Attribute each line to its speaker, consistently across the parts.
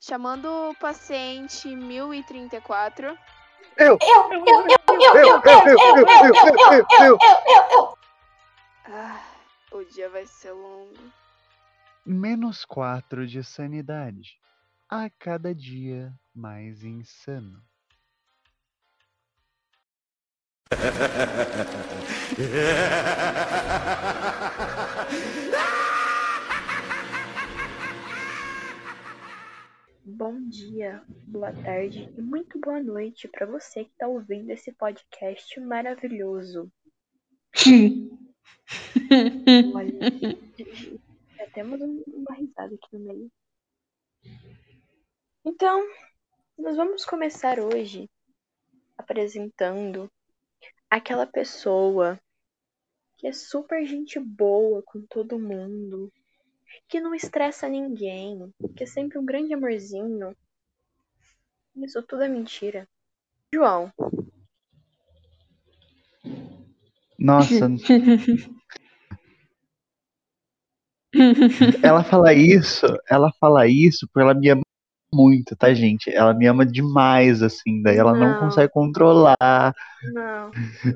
Speaker 1: Chamando o paciente 1034.
Speaker 2: Eu!
Speaker 3: Eu, eu, eu, eu, eu, eu, eu, eu, eu, eu, eu, eu.
Speaker 1: Ah, o dia vai ser longo.
Speaker 4: Menos 4 de sanidade. A cada dia mais insano.
Speaker 5: Bom dia, boa tarde e muito boa noite para você que está ouvindo esse podcast maravilhoso. Olha, já temos um- uma risada aqui no meio. Então, nós vamos começar hoje apresentando aquela pessoa que é super gente boa com todo mundo, que não estressa ninguém, que é sempre um grande amorzinho. Isso tudo é mentira. João,
Speaker 4: Nossa. ela fala isso, ela fala isso porque ela me ama muito, tá, gente? Ela me ama demais, assim, daí ela não
Speaker 5: Não.
Speaker 4: consegue controlar.
Speaker 5: não.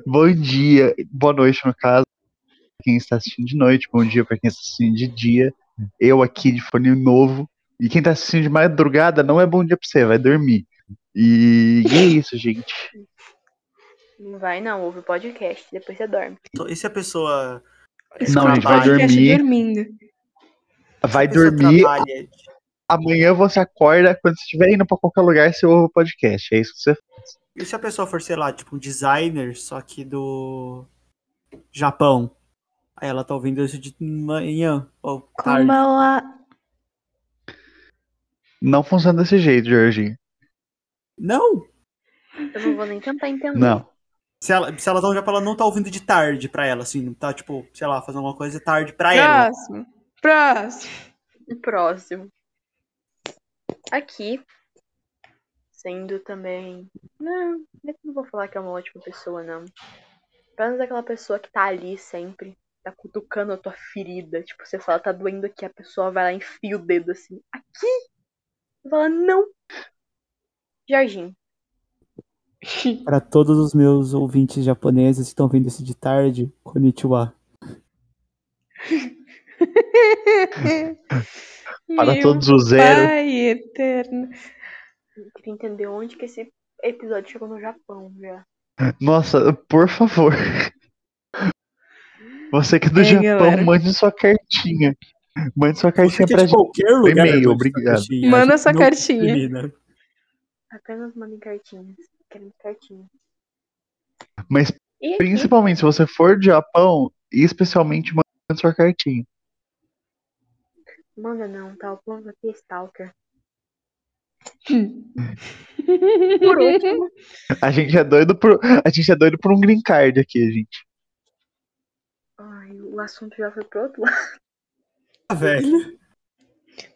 Speaker 4: Bom dia, boa noite, no caso, pra quem está assistindo de noite, bom dia pra quem está assistindo de dia. Eu aqui de fone novo. E quem tá assistindo de madrugada, não é bom dia pra você, vai dormir. E é isso, gente.
Speaker 5: Não vai não, ouve o podcast, depois você dorme.
Speaker 6: Então, E se a pessoa.
Speaker 4: Não, gente, vai
Speaker 6: trabalha-
Speaker 4: dormir,
Speaker 7: dormindo.
Speaker 6: se
Speaker 4: vai
Speaker 6: a pessoa
Speaker 4: dormir,
Speaker 6: trabalha-
Speaker 4: amanhã você acorda, quando você estiver indo pra qualquer lugar, você ouve o podcast. É isso que você
Speaker 6: E se a pessoa for, sei lá, tipo, um designer, só que do Japão? Aí ela tá ouvindo isso de manhã ou tarde.
Speaker 7: Como ela.
Speaker 4: Não funciona desse jeito, Jorginho.
Speaker 6: Não!
Speaker 5: Eu não vou nem tentar entender.
Speaker 4: Não.
Speaker 6: Se ela, se ela tá no Japão, ela não tá ouvindo de tarde pra ela, assim, não tá, tipo, sei lá, fazendo alguma coisa de tarde
Speaker 1: Ah.
Speaker 6: pra ela.
Speaker 7: Próximo. Próximo.
Speaker 5: O próximo. Aqui. Sendo também. Não, eu não vou falar que é uma ótima pessoa, não. Pelo menos aquela pessoa que tá ali sempre. Tá cutucando a tua ferida. Tipo, você fala, tá doendo aqui, a pessoa vai lá e enfia o dedo assim. Aqui! Você fala, não! Jorginho.
Speaker 6: Pra todos os meus ouvintes japoneses que estão ouvindo isso de tarde, konnichiwa.
Speaker 4: Para
Speaker 7: Meu
Speaker 4: todos os zero.
Speaker 7: Pai eterno.
Speaker 5: Eu queria entender onde que esse episódio chegou no Japão já.
Speaker 4: Nossa, por favor. Você que é do
Speaker 7: É,
Speaker 4: Japão,
Speaker 7: galera. é
Speaker 4: mande sua cartinha. Mande sua cartinha
Speaker 6: Fica
Speaker 4: pra
Speaker 6: de tipo, qualquer lugar. é
Speaker 4: e-mail,
Speaker 6: mas-
Speaker 4: obrigado.
Speaker 6: Assim, a
Speaker 7: Manda
Speaker 6: gente
Speaker 7: sua
Speaker 6: não
Speaker 7: cartinha.
Speaker 6: discrimina.
Speaker 5: Apenas mandem cartinhas. Queremos cartinhas.
Speaker 4: gente. Mas
Speaker 5: E aqui,
Speaker 4: principalmente se você for do Japão, especialmente mande sua cartinha.
Speaker 5: manda não, tá? O povo aqui é stalker.
Speaker 7: Por último.
Speaker 4: A gente é doido por, a gente é doido por um green card aqui, gente.
Speaker 5: Ai, o assunto já foi pro outro
Speaker 6: Ah, velho.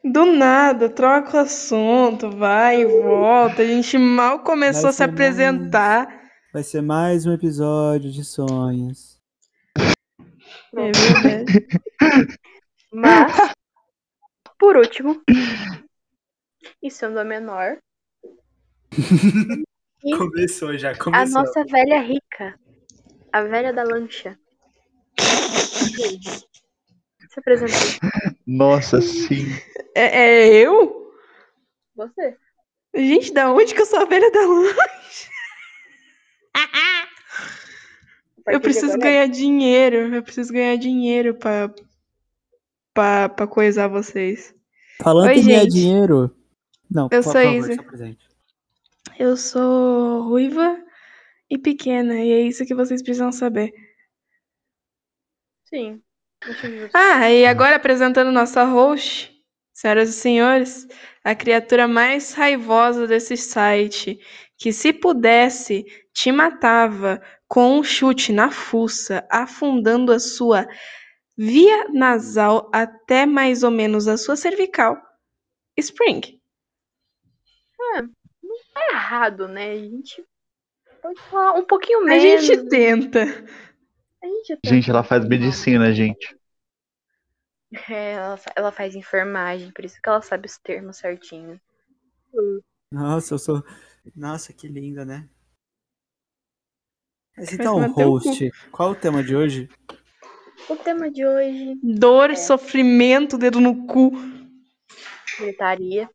Speaker 7: Do nada, troca o assunto, vai e volta. A gente mal começou
Speaker 6: Vai
Speaker 7: a se
Speaker 6: ser bom.
Speaker 7: apresentar.
Speaker 6: Vai ser mais um episódio de sonhos.
Speaker 7: É verdade.
Speaker 5: Mas, por último, e sendo a menor, E-
Speaker 6: Começou já,
Speaker 5: a
Speaker 4: é
Speaker 5: nossa velha rica, a velha da lancha. Se apresentou
Speaker 4: Nossa, sim.
Speaker 7: É, é eu?
Speaker 5: você.
Speaker 7: Gente, da onde que eu sou a velha da lã?
Speaker 5: A partir
Speaker 7: Eu
Speaker 5: de
Speaker 7: preciso
Speaker 5: agora,
Speaker 7: ganhar dinheiro. Eu preciso ganhar dinheiro pra, pra, pra coisar vocês.
Speaker 6: Falando
Speaker 7: Oi,
Speaker 6: em ganhar
Speaker 7: gente.
Speaker 6: dinheiro. Não,
Speaker 7: Eu
Speaker 6: por
Speaker 7: sou
Speaker 6: favor,
Speaker 7: Isa.
Speaker 6: se apresente.
Speaker 7: Eu sou ruiva e pequena, e é isso que vocês precisam saber.
Speaker 5: Sim. Acho justo.
Speaker 7: Ah, e agora apresentando nossa host, senhoras e senhores, a criatura mais raivosa desse site, que se pudesse, te matava com um chute na fuça, afundando a sua via nasal até mais ou menos a sua cervical. Spring.
Speaker 5: Tá errado, né? A gente pode falar um pouquinho
Speaker 7: A
Speaker 5: menos.
Speaker 7: gente tenta.
Speaker 5: a gente tá até-
Speaker 4: Gente, ela faz medicina, gente.
Speaker 5: É, ela, fa- ela faz enfermagem, por isso que ela sabe os termos certinho.
Speaker 6: Nossa, eu sou. Nossa, que linda, né? Mas
Speaker 7: Vai
Speaker 6: então,
Speaker 7: tomar teu
Speaker 6: host, qual é o tema de hoje?
Speaker 5: O tema de hoje,
Speaker 7: Dor, sofrimento, dedo no cu.
Speaker 5: gritaria.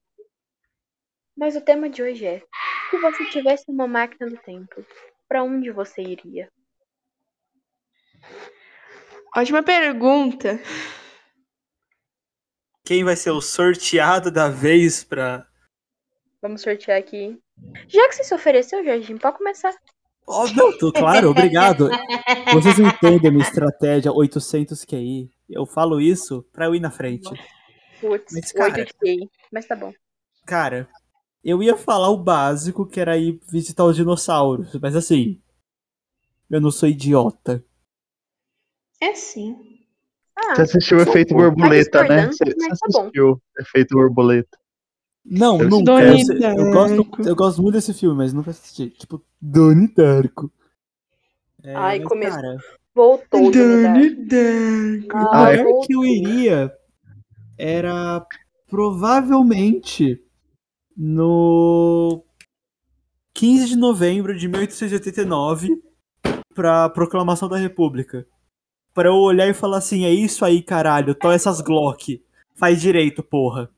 Speaker 5: Mas o tema de hoje é: se você tivesse uma máquina do tempo, pra onde você iria?
Speaker 7: Ótima pergunta.
Speaker 6: Quem vai ser o sorteado da vez pra.
Speaker 5: Vamos sortear aqui. Já que você se ofereceu, Jorginho, pode começar.
Speaker 6: Óbvio, tô- claro, obrigado. Vocês entendem a minha estratégia 800 QI. Eu falo isso pra eu ir na frente.
Speaker 5: Putz,
Speaker 6: Mas,
Speaker 5: oito
Speaker 6: cara-
Speaker 5: de TI. Mas tá bom.
Speaker 6: Cara, eu ia falar o básico, que era ir visitar os dinossauros, mas assim. Eu não sou idiota.
Speaker 7: É sim.
Speaker 5: Ah,
Speaker 4: Você assistiu o Efeito Borboleta, né? Você,
Speaker 5: discordância,
Speaker 4: você
Speaker 5: mas tá bom.
Speaker 4: assistiu o Efeito Borboleta.
Speaker 6: Não,
Speaker 4: Eu
Speaker 6: nunca. Eu,
Speaker 7: Donnie
Speaker 6: sei- eu
Speaker 7: Darko.
Speaker 6: gosto, eu gosto muito desse filme, mas nunca assisti. Tipo, Donnie Darko. É,
Speaker 5: Ai,
Speaker 6: mas,
Speaker 5: começou.
Speaker 6: Cara,
Speaker 5: voltou.
Speaker 7: né?
Speaker 5: Johnny Depp.
Speaker 6: o
Speaker 5: Ah,
Speaker 6: lugar
Speaker 5: voltou.
Speaker 6: que eu iria era provavelmente no 15 de novembro de 1889 pra proclamação da República. Pra eu olhar e falar assim: é isso aí, caralho, to essas Glock. Faz direito, porra.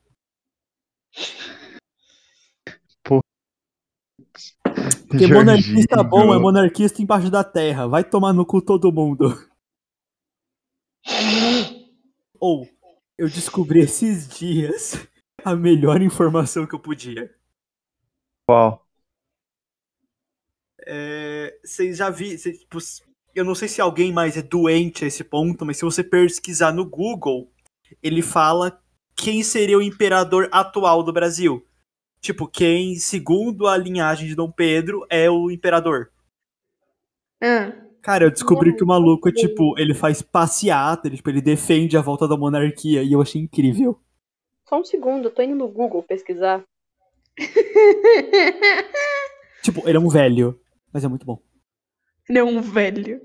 Speaker 6: Porque monarquista bom é
Speaker 4: Jorginho.
Speaker 6: monarquista embaixo da terra. Vai tomar no cu todo mundo. Ou, eu descobri esses dias a melhor informação que eu podia.
Speaker 4: Qual?
Speaker 6: É, Vocês já vi, cê- tipo, s- eu não sei se alguém mais é doente a esse ponto, mas se você pesquisar no Google, ele fala quem seria o imperador atual do Brasil. Tipo, quem, segundo a linhagem de Dom Pedro, é o imperador.
Speaker 7: Ah,
Speaker 6: Cara, eu descobri
Speaker 5: Não,
Speaker 6: que o maluco,
Speaker 5: não sei.
Speaker 6: tipo, ele faz passeata, ele, tipo, ele defende a volta da monarquia, e eu achei incrível.
Speaker 5: Só um segundo, eu tô indo no Google pesquisar.
Speaker 6: Tipo, ele é um velho, mas é muito bom.
Speaker 7: ele é um velho.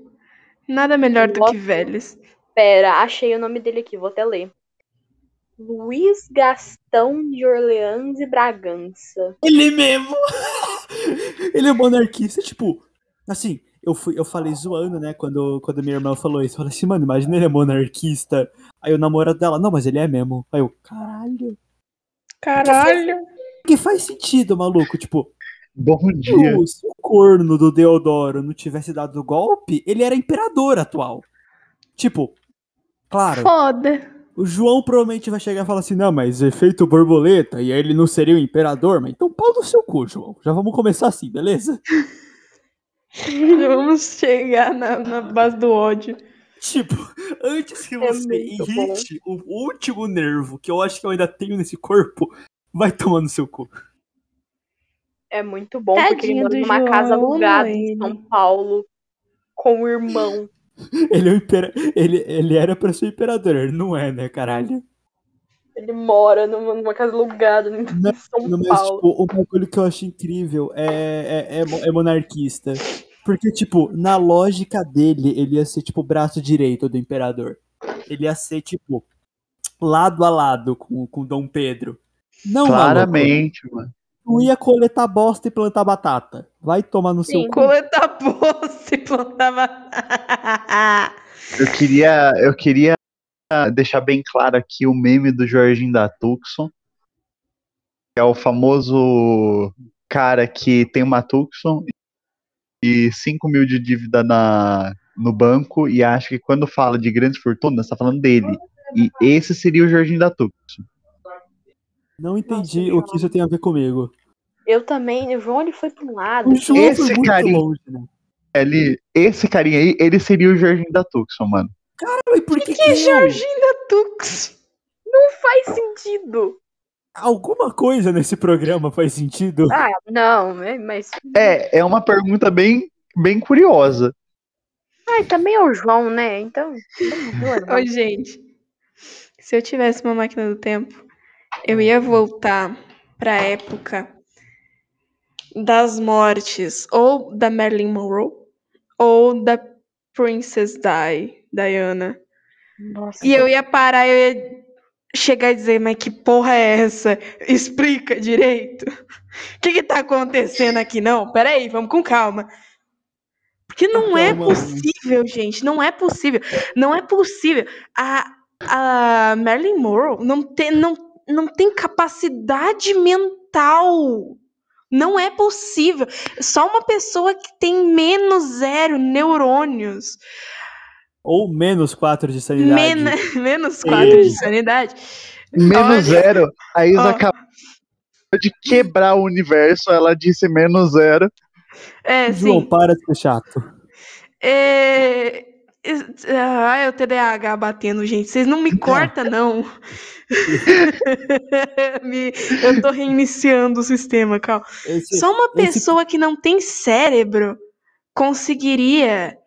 Speaker 7: Nada melhor do que
Speaker 5: Nossa.
Speaker 7: velhos.
Speaker 5: Pera, achei o nome dele aqui, vou até ler. Luiz Gastão de Orleans e Bragança.
Speaker 6: Ele mesmo! ele é monarquista, tipo, assim, eu, fui, eu falei zoando, né, quando, quando minha irmã falou isso. Eu falei assim, mano, imagina ele é monarquista. Aí o namorado dela, não, mas ele é mesmo. Aí eu, caralho.
Speaker 7: Caralho.
Speaker 6: Que faz sentido, maluco, tipo,
Speaker 4: Bom dia.
Speaker 6: o, se o corno do Deodoro não tivesse dado o golpe, ele era imperador atual. Tipo, claro,
Speaker 7: Foda.
Speaker 6: o João provavelmente vai chegar e falar assim: não, mas efeito borboleta, e aí ele não seria o imperador, mas então pau no seu cu, João. Já vamos começar assim, beleza?
Speaker 7: Vamos chegar na, na base do ódio.
Speaker 6: Tipo, antes que
Speaker 5: É
Speaker 6: você
Speaker 5: muito bom.
Speaker 6: irrite o último nervo que eu acho que eu ainda tenho nesse corpo, vai tomar no seu cu.
Speaker 5: É muito bom, porque ele
Speaker 7: Tadinho
Speaker 5: mora
Speaker 7: do
Speaker 5: numa
Speaker 7: João,
Speaker 5: casa
Speaker 7: amo
Speaker 5: alugada em
Speaker 7: ele.
Speaker 5: São Paulo com o irmão.
Speaker 6: Ele, é o impera- ele, ele era pra ser imperador, ele não é, né, caralho?
Speaker 5: Ele mora numa, numa casa alugada em
Speaker 6: Não,
Speaker 5: São
Speaker 6: Não, mas,
Speaker 5: Paulo.
Speaker 6: tipo, o bagulho que eu acho incrível é, é, é, mo- é monarquista. Porque, tipo, na lógica dele, ele ia ser, tipo, o braço direito do imperador. Ele ia ser, tipo, lado a lado com, com Dom Pedro. Não, maluco,
Speaker 4: Claramente, mano.
Speaker 6: tu ia coletar bosta e plantar batata. Vai tomar no seu
Speaker 5: Sim.
Speaker 6: cu.
Speaker 7: Coletar bolsa e plantar batata.
Speaker 4: Eu queria, eu queria deixar bem claro aqui o meme do Jorginho da Tucson, que é o famoso cara que tem uma Tucson e 5 mil de dívida na, no banco e acha que quando fala de grandes fortunas, tá falando dele. E esse seria o Jorginho da Tucson.
Speaker 6: Não entendi o que isso tem a ver comigo.
Speaker 5: Eu também, o João ele foi pra um lado.
Speaker 6: O João
Speaker 4: Esse
Speaker 6: foi muito
Speaker 4: carinha-
Speaker 6: longe, né?
Speaker 4: Ele, esse carinha aí, ele seria o Jorginho da Tucson, mano.
Speaker 6: Cara, e por que, que,
Speaker 7: Que é,
Speaker 6: eu?
Speaker 7: Jorginho da Tux.
Speaker 5: Faz sentido.
Speaker 6: Alguma coisa nesse programa faz sentido?
Speaker 5: Ah, não, né? Mas.
Speaker 4: É, é uma pergunta bem, bem curiosa.
Speaker 5: Ai, também é o João, né? Então. vamos ver, irmão.
Speaker 7: Oi, gente. Se eu tivesse uma máquina do tempo, eu ia voltar pra época das mortes ou da Marilyn Monroe ou da Princess Di, Diana.
Speaker 5: Nossa.
Speaker 7: E eu ia parar, eu ia chegar e dizer, mas que porra é essa? Explica direito. O que que tá acontecendo aqui? Não, peraí, vamos com calma. Porque não
Speaker 6: Com
Speaker 7: é
Speaker 6: calma,
Speaker 7: possível, gente, não é possível. Não é possível. A, a Marilyn Monroe não tem, não, não tem capacidade mental. Não é possível. Só uma pessoa que tem menos zero neurônios
Speaker 6: Ou menos 4 de sanidade.
Speaker 7: Men menos 4 de sanidade. Olha.
Speaker 4: Menos zero. A Isa
Speaker 7: Ó.
Speaker 4: acabou de quebrar o universo. Ela disse menos zero.
Speaker 7: É,
Speaker 6: João,
Speaker 7: sim.
Speaker 6: para de ser chato.
Speaker 7: É... es- Ah, é o TDAH batendo, gente. Vocês não me cortam, não. Me- Eu tô reiniciando o sistema, calma.
Speaker 6: Esse-
Speaker 7: Só uma
Speaker 6: esse-
Speaker 7: pessoa que não tem cérebro conseguiria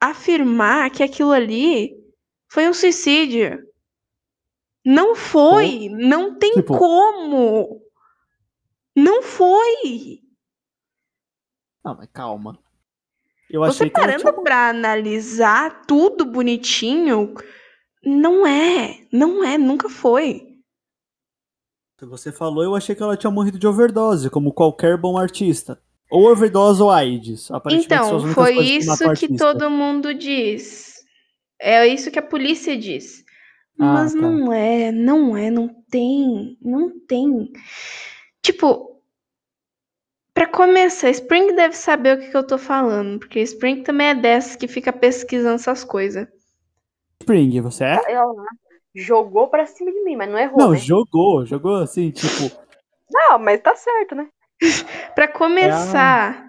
Speaker 7: afirmar que aquilo ali foi um suicídio. Não foi. Não tem
Speaker 6: Tipo-
Speaker 7: como. Não foi.
Speaker 6: Não, mas calma. Eu
Speaker 7: Você
Speaker 6: achei que é? ela
Speaker 7: parando
Speaker 6: tinha-
Speaker 7: pra analisar tudo bonitinho, não é, não é, nunca foi.
Speaker 6: Você falou, eu achei que ela tinha morrido de overdose, como qualquer bom artista. Ou overdose ou AIDS. Aparentemente são
Speaker 7: Então,
Speaker 6: as únicas
Speaker 7: foi
Speaker 6: coisas que matam
Speaker 7: isso que
Speaker 6: artista.
Speaker 7: todo mundo diz. É isso que a polícia diz.
Speaker 6: Ah,
Speaker 7: Mas
Speaker 6: tá.
Speaker 7: não é, não é, não tem, não tem. Tipo, pra começar, Spring deve saber o que, que eu tô falando, porque Spring também é dessas que fica pesquisando essas coisas.
Speaker 6: Spring, você é?
Speaker 5: Ela lá jogou pra cima de mim, mas não errou,
Speaker 6: Não,
Speaker 5: né?
Speaker 6: jogou, jogou assim, tipo.
Speaker 5: Não, mas tá certo, né?
Speaker 7: Pra começar,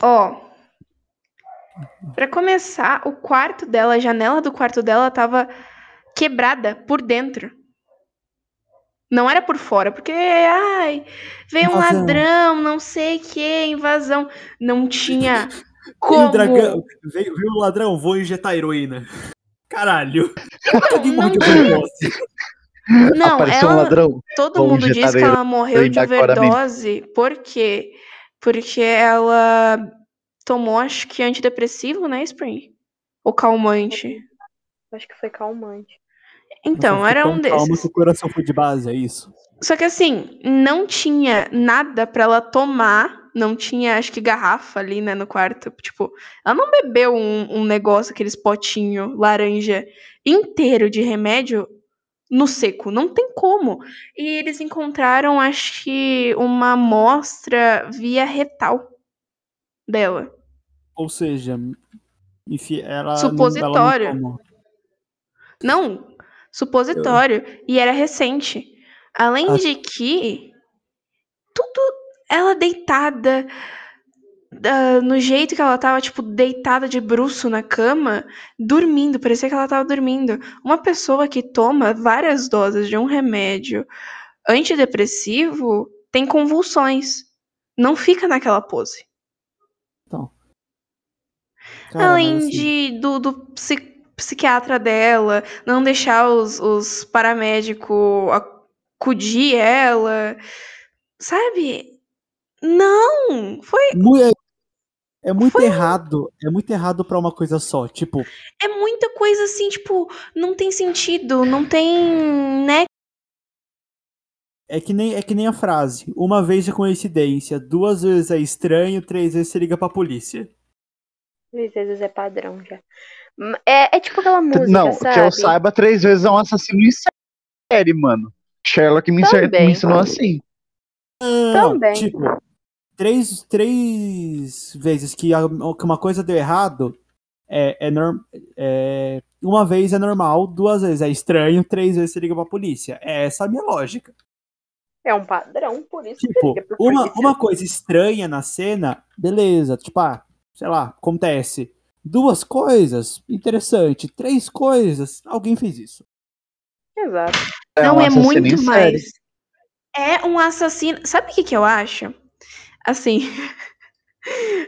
Speaker 7: ó. Pra começar, o quarto dela, a janela do quarto dela tava quebrada por dentro. Não era por fora, porque ai, veio um
Speaker 6: Invasão.
Speaker 7: ladrão, não sei o que, invasão, não tinha
Speaker 6: Veio
Speaker 7: como.
Speaker 6: o dragão, veio, veio o ladrão, vou injetar heroína. Caralho.
Speaker 7: Então,
Speaker 6: Alguém
Speaker 7: não,
Speaker 6: morreu de overdose.
Speaker 7: não,
Speaker 4: Apareceu um
Speaker 7: ela
Speaker 4: ladrão.
Speaker 7: Todo
Speaker 4: Vamos
Speaker 7: mundo
Speaker 4: injetar
Speaker 7: diz que
Speaker 4: a
Speaker 7: ela morreu de
Speaker 4: heroína agora mesmo.
Speaker 7: overdose. Por quê? Porque ela tomou, acho que, antidepressivo, né, Spring? Ou calmante.
Speaker 5: Acho que foi calmante.
Speaker 7: Então,
Speaker 6: Nossa,
Speaker 7: era
Speaker 6: ficou
Speaker 7: um
Speaker 6: tão Calma que
Speaker 7: desses.
Speaker 6: o coração foi de base, é isso?
Speaker 7: Só que assim, não tinha nada pra ela tomar. Não tinha, acho que, garrafa ali, né, no quarto. Tipo, ela não bebeu um, um negócio, aqueles potinho laranja inteiro de remédio no seco. Não tem como. E eles encontraram, acho que, uma amostra via retal dela.
Speaker 6: Ou seja, enfim, ela. Não, ela
Speaker 7: Supositório.
Speaker 6: não tomou.
Speaker 7: Não, supositório. E era recente. Além
Speaker 6: Ah.
Speaker 7: de que tudo ela deitada ah, no jeito que ela tava, tipo, deitada de bruço na cama, dormindo, parecia que ela tava dormindo. Uma pessoa que toma várias doses de um remédio antidepressivo tem convulsões. Não fica naquela pose.
Speaker 6: Cara, mas
Speaker 7: Além
Speaker 6: assim,
Speaker 7: de, do, do psi- psiquiatra dela, não deixar os, os paramédicos acudir ela. Sabe? Não! Foi,
Speaker 6: mu- é- É muito errado, é muito errado pra uma coisa só. Tipo,
Speaker 7: é muita coisa assim, tipo, não tem sentido, não tem. né?
Speaker 6: É que nem, é que nem a frase. Uma vez é coincidência, duas vezes é estranho, três vezes se liga pra polícia.
Speaker 5: Às vezes é padrão já. Hum, É, é tipo aquela música,
Speaker 4: não,
Speaker 5: sabe?
Speaker 4: que eu saiba, três vezes é um assassino em série, mano. Sherlock me, enser-
Speaker 5: Também.
Speaker 4: me ensinou assim.
Speaker 6: Não,
Speaker 5: Também.
Speaker 6: Tipo, três, três vezes que, a- que uma coisa deu errado é, é, norm, é- Uma vez é normal, duas vezes é estranho, três vezes se liga pra polícia. É essa a minha lógica.
Speaker 5: É um padrão, por isso que
Speaker 6: Tipo,
Speaker 5: liga pra
Speaker 6: uma,
Speaker 5: polícia.
Speaker 6: uma coisa estranha na cena, beleza. Tipo, ah, sei lá, acontece. Duas coisas, interessante. Três coisas, alguém fez isso.
Speaker 5: Exato.
Speaker 7: não
Speaker 4: um
Speaker 7: é
Speaker 4: assassino em
Speaker 7: muito
Speaker 4: série.
Speaker 7: mais. É um assassino. Sabe o que, que eu acho? Assim.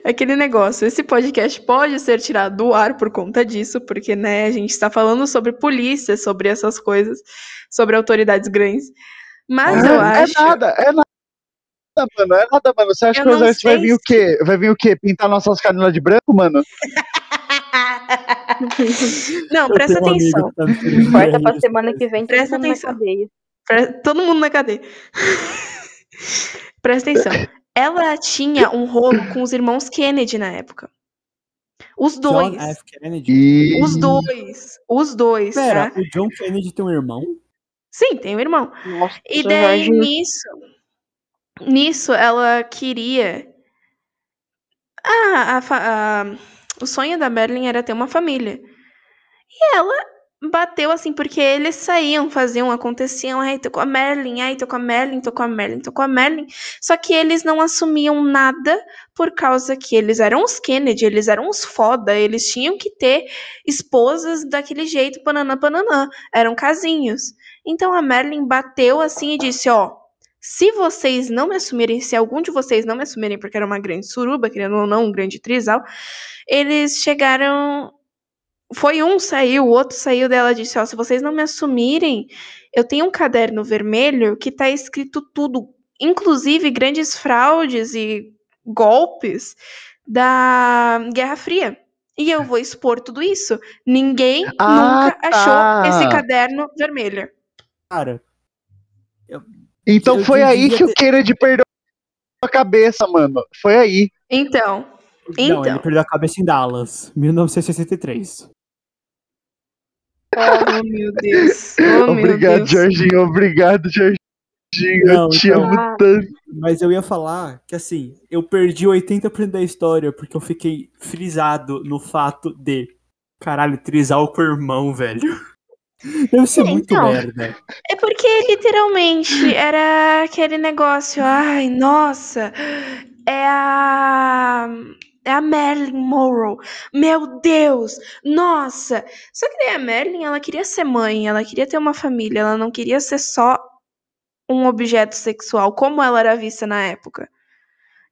Speaker 7: Aquele negócio, esse podcast pode ser tirado do ar por conta disso, porque né, a gente está falando sobre polícia, sobre essas coisas, sobre autoridades grandes. Mas
Speaker 4: é,
Speaker 7: eu
Speaker 4: é
Speaker 7: acho.
Speaker 4: nada, é nada. Mano, é nada, mano. Você acha
Speaker 7: Eu
Speaker 4: que o
Speaker 7: não
Speaker 4: exército vai
Speaker 7: sei
Speaker 4: vir o quê? Vai vir o quê? Pintar nossas canelas de branco, mano?
Speaker 7: Não, presta
Speaker 6: um
Speaker 7: atenção.
Speaker 6: tá
Speaker 5: Corta pra semana que vem, todo
Speaker 7: Presta
Speaker 5: mundo na
Speaker 7: atenção.
Speaker 5: cadeia.
Speaker 7: Pre- Todo mundo na cadeia. Presta atenção. Ela tinha um rolo com os irmãos Kennedy na época. Os dois.
Speaker 6: John F. Kennedy.
Speaker 4: E...
Speaker 7: Os dois. Os dois,
Speaker 6: Pera,
Speaker 7: tá?
Speaker 6: o John Kennedy tem um irmão?
Speaker 7: Sim, tem um irmão.
Speaker 5: Nossa,
Speaker 7: E
Speaker 5: Jorge,
Speaker 7: daí, nisso, nisso, ela queria. Ah, a fa- a- o sonho da Merlin era ter uma família. E ela bateu assim, porque eles saíam, faziam, aconteciam. Ai, tô com a Merlin, ai, tô com a Merlin, tô com a Merlin, tô com a Merlin. Só que eles não assumiam nada por causa que eles eram os Kennedy, eles eram os foda, eles tinham que ter esposas daquele jeito, pananã, pananã. Eram casinhos. Então a Merlin bateu assim e disse: Ó, se vocês não me assumirem, se algum de vocês não me assumirem, porque era uma grande suruba, querendo ou não, um grande trisal, eles chegaram. Foi um saiu, o outro saiu dela e disse: Ó, se vocês não me assumirem, eu tenho um caderno vermelho que tá escrito tudo, inclusive grandes fraudes e golpes da Guerra Fria. E eu vou expor tudo isso. Ninguém
Speaker 4: Ah,
Speaker 7: nunca achou esse
Speaker 4: tá.
Speaker 7: caderno vermelho.
Speaker 6: Cara,
Speaker 4: Então
Speaker 6: Eu
Speaker 4: foi aí
Speaker 6: devia
Speaker 4: que o Kennedy perdeu a cabeça, mano. Foi aí.
Speaker 7: Então,
Speaker 6: não, ele
Speaker 7: Então.
Speaker 6: perdeu a cabeça em Dallas, 1963.
Speaker 7: oh meu Deus. Oh, meu
Speaker 4: obrigado,
Speaker 7: Deus.
Speaker 4: Jorginho. Obrigado, Jorginho.
Speaker 6: Não,
Speaker 4: eu te
Speaker 6: então-
Speaker 4: amo
Speaker 7: Ah,
Speaker 4: tanto.
Speaker 6: Mas eu ia falar que assim, eu perdi 80% da história porque eu fiquei frisado no fato de caralho, trisal com o irmão, velho. Deve ser
Speaker 7: É,
Speaker 6: muito
Speaker 7: então.
Speaker 6: merda.
Speaker 7: É porque literalmente era aquele negócio, ai, nossa, é a é a Marilyn Monroe. Meu Deus, nossa. Só que daí a Marilyn, ela queria ser mãe, ela queria ter uma família, ela não queria ser só um objeto sexual, como ela era vista na época.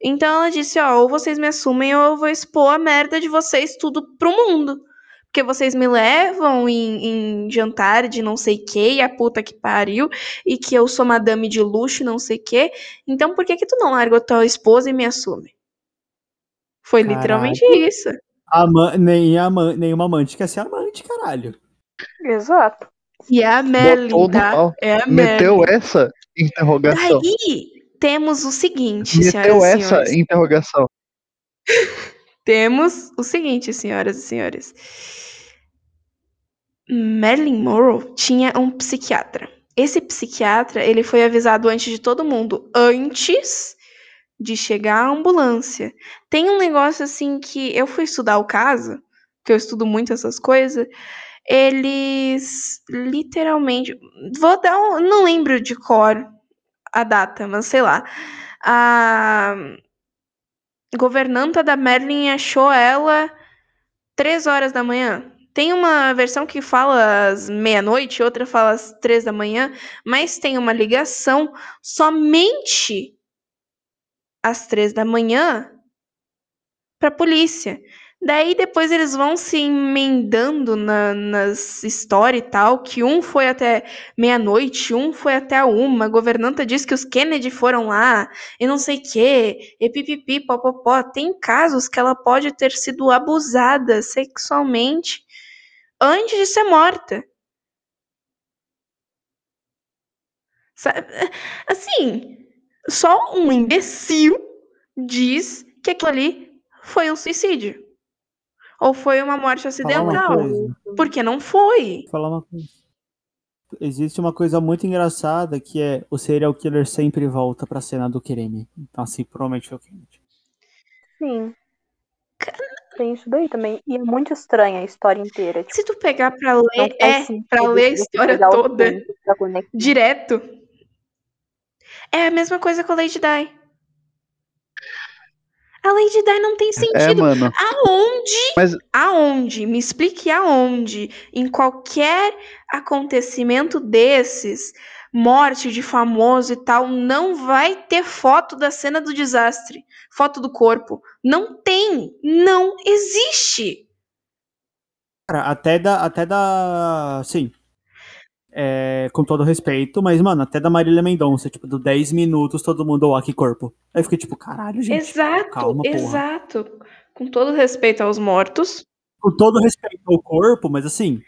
Speaker 7: Então ela disse, ó, ou vocês me assumem ou eu vou expor a merda de vocês tudo pro mundo. Porque vocês me levam em, em jantar de não sei que, e a puta que pariu, e que eu sou madame de luxo, e não sei que. Então por que que tu não larga a tua esposa e me assume? Foi
Speaker 6: Caralho.
Speaker 7: literalmente isso.
Speaker 6: Ama nem ama nenhuma amante quer ser amante, caralho.
Speaker 5: Exato.
Speaker 7: E é a
Speaker 4: Botou
Speaker 7: Merlin,
Speaker 4: no
Speaker 7: tá?
Speaker 4: pau.
Speaker 7: É a Merlin.
Speaker 4: Meteu essa interrogação.
Speaker 7: Daí temos o seguinte,
Speaker 4: Meteu
Speaker 7: senhoras e
Speaker 4: essa
Speaker 7: senhores.
Speaker 4: interrogação.
Speaker 7: Temos o seguinte, senhoras e senhores. Marilyn Monroe tinha um psiquiatra. Esse psiquiatra, ele foi avisado antes de todo mundo, antes de chegar a ambulância. Tem um negócio assim que eu fui estudar o caso, que eu estudo muito essas coisas, eles literalmente, vou dar um, não lembro de cor a data, mas sei lá. Ah, A governanta da Merlin achou ela três horas da manhã. Tem uma versão que fala às meia-noite, outra fala às três da manhã, mas tem uma ligação somente às três da manhã para polícia. Daí depois eles vão se emendando na, nas histórias e tal, que um foi até meia-noite, um foi até a uma, a governanta diz que os Kennedy foram lá, e não sei o quê, e pipipi, popopó. Tem casos que ela pode ter sido abusada sexualmente antes de ser morta. Sa- Assim, só um imbecil diz que aquilo ali foi um suicídio. Ou foi uma morte
Speaker 6: Falar uma
Speaker 7: acidental.
Speaker 6: coisa.
Speaker 7: Porque não foi.
Speaker 6: falar uma coisa. Existe uma coisa muito engraçada que é o serial killer sempre volta pra cena do crime. Então, assim, provavelmente foi o Kennedy.
Speaker 5: Sim. Tem isso daí também. E é muito estranha a história inteira. Tipo,
Speaker 7: Se tu pegar pra
Speaker 5: não faz
Speaker 7: ler, é,
Speaker 5: sentido
Speaker 7: pra ler a
Speaker 5: você
Speaker 7: história
Speaker 5: pegar o
Speaker 7: toda.
Speaker 5: sangue da bonequinha.
Speaker 7: direto. É a mesma coisa com a Lady Di. A Lady Di não tem
Speaker 4: É,
Speaker 7: sentido.
Speaker 4: mano.
Speaker 7: aonde?
Speaker 4: Mas-
Speaker 7: Aonde? Me explique aonde. Em qualquer acontecimento desses, morte de famoso e tal, não vai ter foto da cena do desastre. Foto do corpo. Não tem. Não existe.
Speaker 6: Cara, até da. Até da. Sim. É, com todo respeito, mas, mano, até da Marília Mendonça, tipo, do 10 minutos, todo mundo, ó, que corpo. Aí eu fiquei tipo, caralho, gente.
Speaker 7: exato,
Speaker 6: calma, porra.
Speaker 7: exato. Com todo respeito aos mortos,
Speaker 6: com todo respeito ao corpo, mas assim.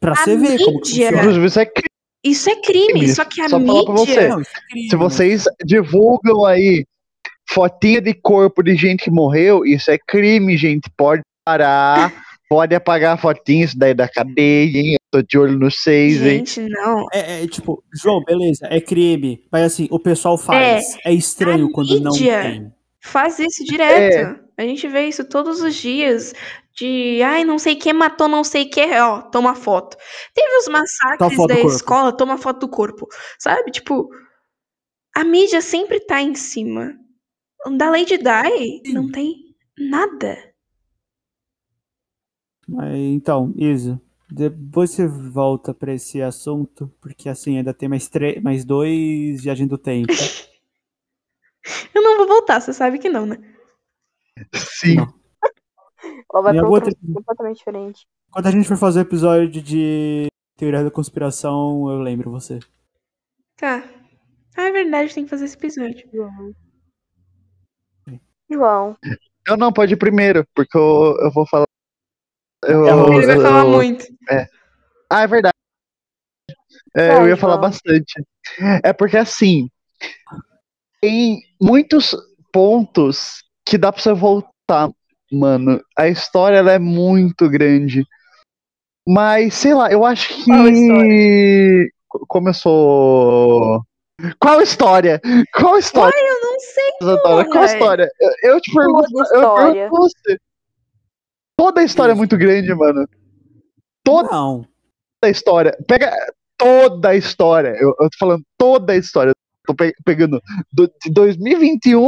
Speaker 6: Pra
Speaker 7: A
Speaker 6: você ver como que
Speaker 7: mídia-
Speaker 6: funciona.
Speaker 4: Inclusive, isso é crime.
Speaker 7: Isso é crime,
Speaker 4: Crime.
Speaker 7: só que a
Speaker 4: Só falar pra
Speaker 7: mídia.
Speaker 4: você.
Speaker 6: Não, isso é crime.
Speaker 4: Se vocês divulgam aí fotinha de corpo de gente que morreu, isso é crime, gente. Pode parar, pode apagar a fotinha, isso daí é da cadeia, hein? Eu tô de olho no seis, hein?
Speaker 7: Gente, não.
Speaker 6: É, é, tipo, João, beleza, é crime. Mas assim, o pessoal faz. É, estranho
Speaker 7: a
Speaker 6: quando não
Speaker 7: mídia.
Speaker 6: tem.
Speaker 7: Faz isso direto. A gente vê isso todos os dias. De ai, não sei quem matou, não sei quem, ó, toma foto. Teve os
Speaker 6: Toma
Speaker 7: massacres
Speaker 6: foto do
Speaker 7: da
Speaker 6: corpo.
Speaker 7: escola, toma foto do corpo. Sabe? Tipo, a mídia sempre tá em cima. Da Lady Di, não tem nada.
Speaker 6: Mas, então, Isa, depois você volta pra esse assunto, porque assim, ainda tem mais, tre- mais dois viagem do tempo.
Speaker 7: Eu não vou voltar, você sabe que não, né?
Speaker 4: Sim.
Speaker 6: Não.
Speaker 5: Ela vai
Speaker 6: Minha
Speaker 5: pra outra
Speaker 6: outra-
Speaker 5: completamente diferente.
Speaker 6: Quando a gente for fazer o episódio de Teoria da Conspiração, eu lembro você.
Speaker 7: Tá. Ah, é verdade, tem que fazer esse episódio.
Speaker 5: João,
Speaker 4: Não, não, pode ir primeiro, porque eu, eu vou falar. Eu,
Speaker 6: Ela
Speaker 7: Ele vai falar
Speaker 4: eu-
Speaker 7: muito.
Speaker 4: Ah, é verdade. É, eu
Speaker 5: Vai,
Speaker 4: ia falar
Speaker 5: João.
Speaker 4: bastante. É porque assim, tem muitos pontos que dá pra você voltar, mano. A história ela é muito grande. Mas, sei lá, eu acho que.
Speaker 7: Qual
Speaker 4: Começou. Qual história? Qual história,
Speaker 7: Eu não sei.
Speaker 4: Isadora? Qual
Speaker 7: porra.
Speaker 4: história? Eu, eu te pergunto.
Speaker 5: toda
Speaker 4: Eu
Speaker 5: história.
Speaker 4: pergunto pra você. Toda a história é muito grande, mano Toda.
Speaker 6: Não.
Speaker 4: toda a história. Pega toda a história. Eu, eu tô falando toda a história. Tô pe- pegando do, de 2021